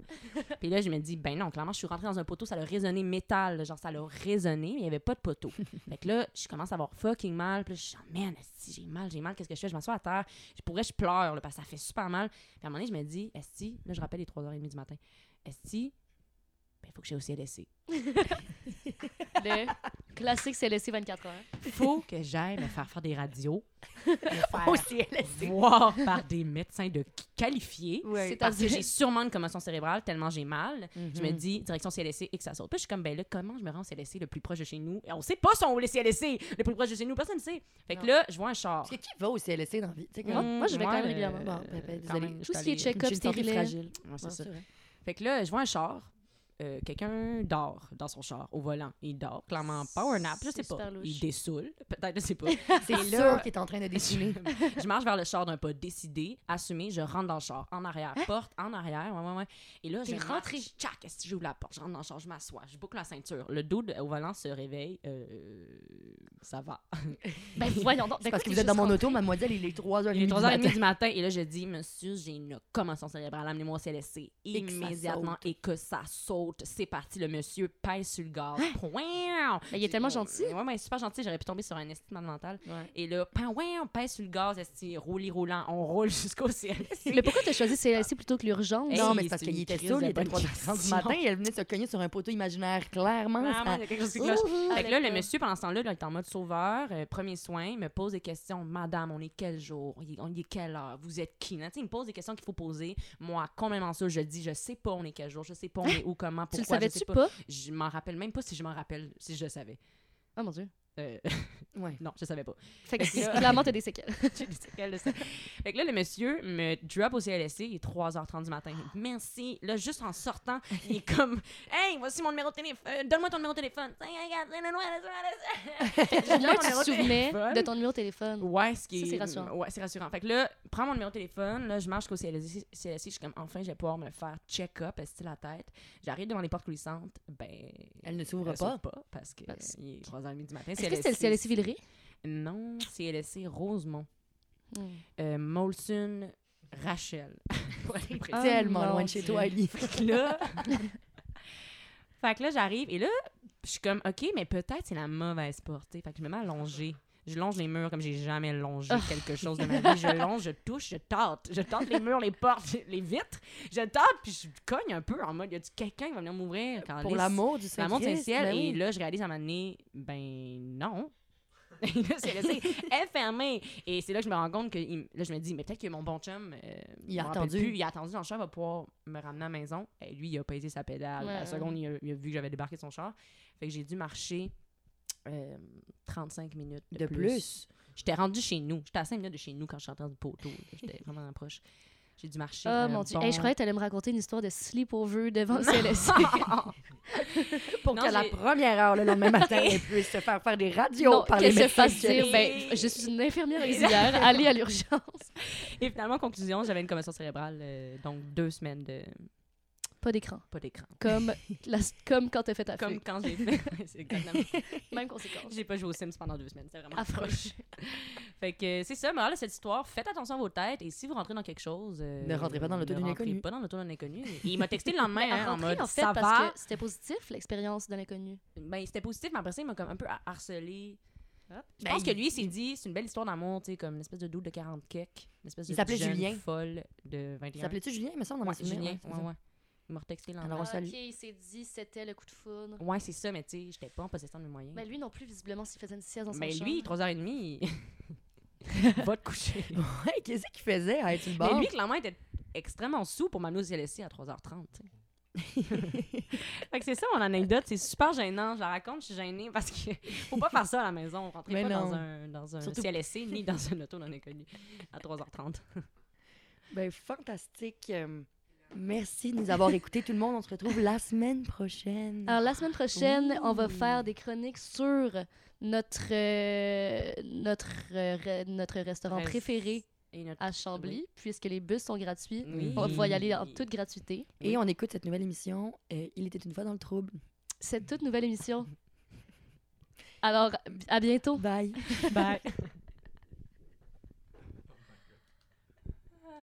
Puis là, je me dis, ben non, clairement, je suis rentrée dans un poteau, ça a résonné métal, genre ça l'a résonné, mais il n'y avait pas de poteau. fait que là, je commence à avoir fucking mal. Puis là, je suis genre, man, esti, j'ai mal, j'ai mal, qu'est-ce que je fais? Je m'assois à terre. Je pourrais, je pleure, là, parce que ça fait super mal. Puis à un moment donné, je me dis, esti, là, je rappelle les 3h30 du matin, esti, ben, il faut que j'aille au CLSC. ben, Le classique CLC 24 heures. faut que j'aille me faire faire des radios, me faire Au CLSC. voir par des médecins de qualifiés. Ouais. Parce que C'est-à-dire- j'ai sûrement une commotion cérébrale tellement j'ai mal. Je me Mhm. dis, direction CLSC et que ça saute. Puis je suis comme, ben là, comment je me rends au CLSC le plus proche de chez nous? Et on sait pas sont où les CLSC le plus proche de chez nous. Personne ne sait. Fait que Non. là, je vois un char. Parce que qui va au CLSC dans la vie? Tu sais, Moi, comme- moi, je vais quand moi, même euh, régulièrement. Bon, ben, ben, quand désolée. même, Tout je ce suis qui est allée- check-up, J'ai une santé stérilet. fragile. Ouais, c'est Ouais, ça. c'est vrai. Fait que là, je vois un char. Euh, Quelqu'un dort dans son char au volant. Il dort, clairement pas un nap, je sais C'est pas. super louche. Il dessoule, peut-être, je sais pas. C'est Et là- sûr qu'il est en train de dessiner. je marche vers le char d'un pas décidé, assumé, je rentre dans le char, en arrière, porte, en arrière, ouais, ouais, ouais. Et là, T'es je rentrée. rentrée. Tchac, est-ce que j'ouvre la porte, je rentre dans le char, je m'assois, je boucle la ceinture. Le dude au volant se réveille, euh, ça va. Ben voyons donc. C'est Ben, parce que écoute, vous êtes dans mon juste auto, mademoiselle, il est 3h30. Il est du 3h30 matin. du matin, et là, je dis, monsieur, j'ai une commotion cérébrale, amenez-moi au CLSC que ça immédiatement, saute. et que ça saute. C'est parti, le monsieur pèse sur le gaz. Pouin! Mais Ben, il est tellement gentil. Ouais, ouais, super gentil, j'aurais pu tomber sur un estime mental. Ouais. Et là, pan, ouais, on pèse sur le gaz, esti, roulis roulant, on roule jusqu'au CLSC. Mais pourquoi t'as choisi CLC plutôt que l'urgence? Hey, Non, c'est mais c'est parce une qu'il était crise saoul, de il était bonne 3h30 du question. matin et elle venait de se cogner sur un poteau imaginaire, clairement. Clairement, ça- il y a quelque chose qui Ouh, cloche. ouh. Fait que là, le Avec, euh, monsieur, pendant ce temps-là, là, il est en mode sauveur, euh, premier soin, il me pose des questions. Madame, on est quel jour? Il est- On est quelle heure? Vous êtes qui? Là, tu sais, il me pose des questions qu'il faut poser. Moi, complètement ça, je dis, je sais pas on est quel jour, je sais pas on est où, comment, Tu le pourquoi, je savais-tu sais pas? pas. Je m'en rappelle même pas si je m'en rappelle, si je le savais. Oh mon dieu. Euh, Ouais. non, je savais pas. Fait que Là- clairement, t'as des séquelles. J'ai des séquelles de ça. Fait que là, le monsieur me drop au CLSC, il est 3h30 du matin. Merci. Là, juste en sortant, il est comme Hey, voici mon numéro de téléphone. Euh, Donne-moi ton numéro de téléphone. Finalement, tu te numéro de souvenais téléphone. de ton numéro de téléphone. Ouais, ce qui Ça, est- c'est rassurant. Ouais, c'est rassurant. Fait que là, prends mon numéro de téléphone, là, je marche jusqu'au CLSC, CLSC, je suis comme enfin, je vais pouvoir me faire check-up, est-ce la tête. J'arrive devant les portes coulissantes, ben. Elle ne s'ouvre elle s'ouvre pas. pas parce que Parce euh, il est 3h30 du matin. Est-ce que c'était le CLC Villeray? Non, CLSC Rosemont. Hmm. Euh, Molson Rachel. Pour être précis. Ah, Tellement mon loin de chez Dieu. toi, Ali. Fait que là. fait que là, j'arrive et là, je suis comme, OK, mais peut-être c'est la mauvaise porte. tu sais. Fait que je me mets à longer. Je longe les murs comme j'ai jamais longé Ah. quelque chose de ma vie. Je longe, je touche, je tente. Je tente les murs, les portes, les vitres. Je tente, puis je cogne un peu en mode, y a-tu quelqu'un qui va venir m'ouvrir? Pour Calisse. l'amour du Ça monte Saint-Christ, ciel ben et oui. là, je réalise à un moment donné, ben non. Et là, c'est laissé, est fermé. Et c'est là que je me rends compte que il- là, je me dis, mais peut-être que mon bon chum, euh, Il je a m'en rappelle attendu. plus, il a attendu dans le char, va pouvoir me ramener à la maison. Et lui, il a pesé sa pédale. Ouais, à la ouais. seconde, il a, il a vu que j'avais débarqué de son char. Fait que j'ai dû marcher euh, 35 minutes de, De plus. J'étais rendue chez nous. J'étais à 5 minutes de chez nous quand je suis entrée du poteau. là. J'étais vraiment proche. J'ai dû marcher. Oh un mon dieu. bon- Hey, je croyais que t'allais me raconter une histoire de sleepover devant le CLC. Pour Non, qu'à la j'ai- première heure, le lendemain matin, elle puisse se faire faire des radios Non, par les qu'elle se médecins. fasse dire, ben, je suis une infirmière auxiliaire, allez à l'urgence. Et finalement, conclusion, j'avais une commotion cérébrale. euh, donc, deux semaines de Pas d'écran. pas d'écran. Comme, la- comme quand t'as fait ta Comme flûte. quand j'ai fait. c'est exactement- Même conséquence. j'ai pas joué aux Sims pendant deux semaines. C'est vraiment Affroche. Fait que euh, c'est ça, morale de cette histoire. Faites attention à vos têtes et si vous rentrez dans quelque chose. euh, Ne rentrez pas dans l'auto Ben, ne d'un rentrez inconnu. pas dans l'auto d'un inconnu. Et il m'a texté le lendemain Mais à hein, en rentrer, mode en fait, ça parce va. que c'était positif, l'expérience de l'inconnu. Ben, c'était positif, mais après ça, il m'a comme un peu har- harcelé. Je Ben, pense que il- lui, il s'est dit, c'est une belle histoire d'amour, tu sais, comme une espèce de doute de 40 kek. Une espèce de Il s'appelait jeune Julien. folle de 21 Il s'appelait-tu Julien, mais ça, on en a Ouais, mentionné. Julien, ouais, c'est ça. ouais, ouais. Il m'a retexté le Alors, lendemain. on salue. Ah, il s'est dit c'était le coup de foudre. Ouais, c'est ça, mais tu sais, j'étais pas en possession de mes moyens. Mais lui non plus, visiblement, s'il faisait une sieste dans son Mais champ. Ben, lui, 3h30, va te coucher. Ouais, qu'est-ce qu'il faisait à être sur le bord? Mais lui, clairement, était extrêmement sous pour m'amener au CLSC à 3h30. tu sais. fait que c'est ça mon anecdote, c'est super gênant, je la raconte, je suis gênée parce que faut pas faire ça à la maison, rentrez Mais pas dans non. un, dans un Surtout- CLSC ni dans un auto non inconnu à 3h30. Ben, fantastique. Euh, Merci de nous avoir écoutés, tout le monde. On se retrouve la semaine prochaine. Alors la semaine prochaine, on va faire des chroniques sur notre euh, notre euh, re- notre restaurant Reste- préféré Et notre- à Chambly, puisque les bus sont gratuits. Oui. Ah, On va pouvoir y aller en toute gratuité. Et on écoute cette nouvelle émission, euh, Il était une fois dans le trouble. Cette toute nouvelle émission. Alors, à bientôt. Bye. Bye.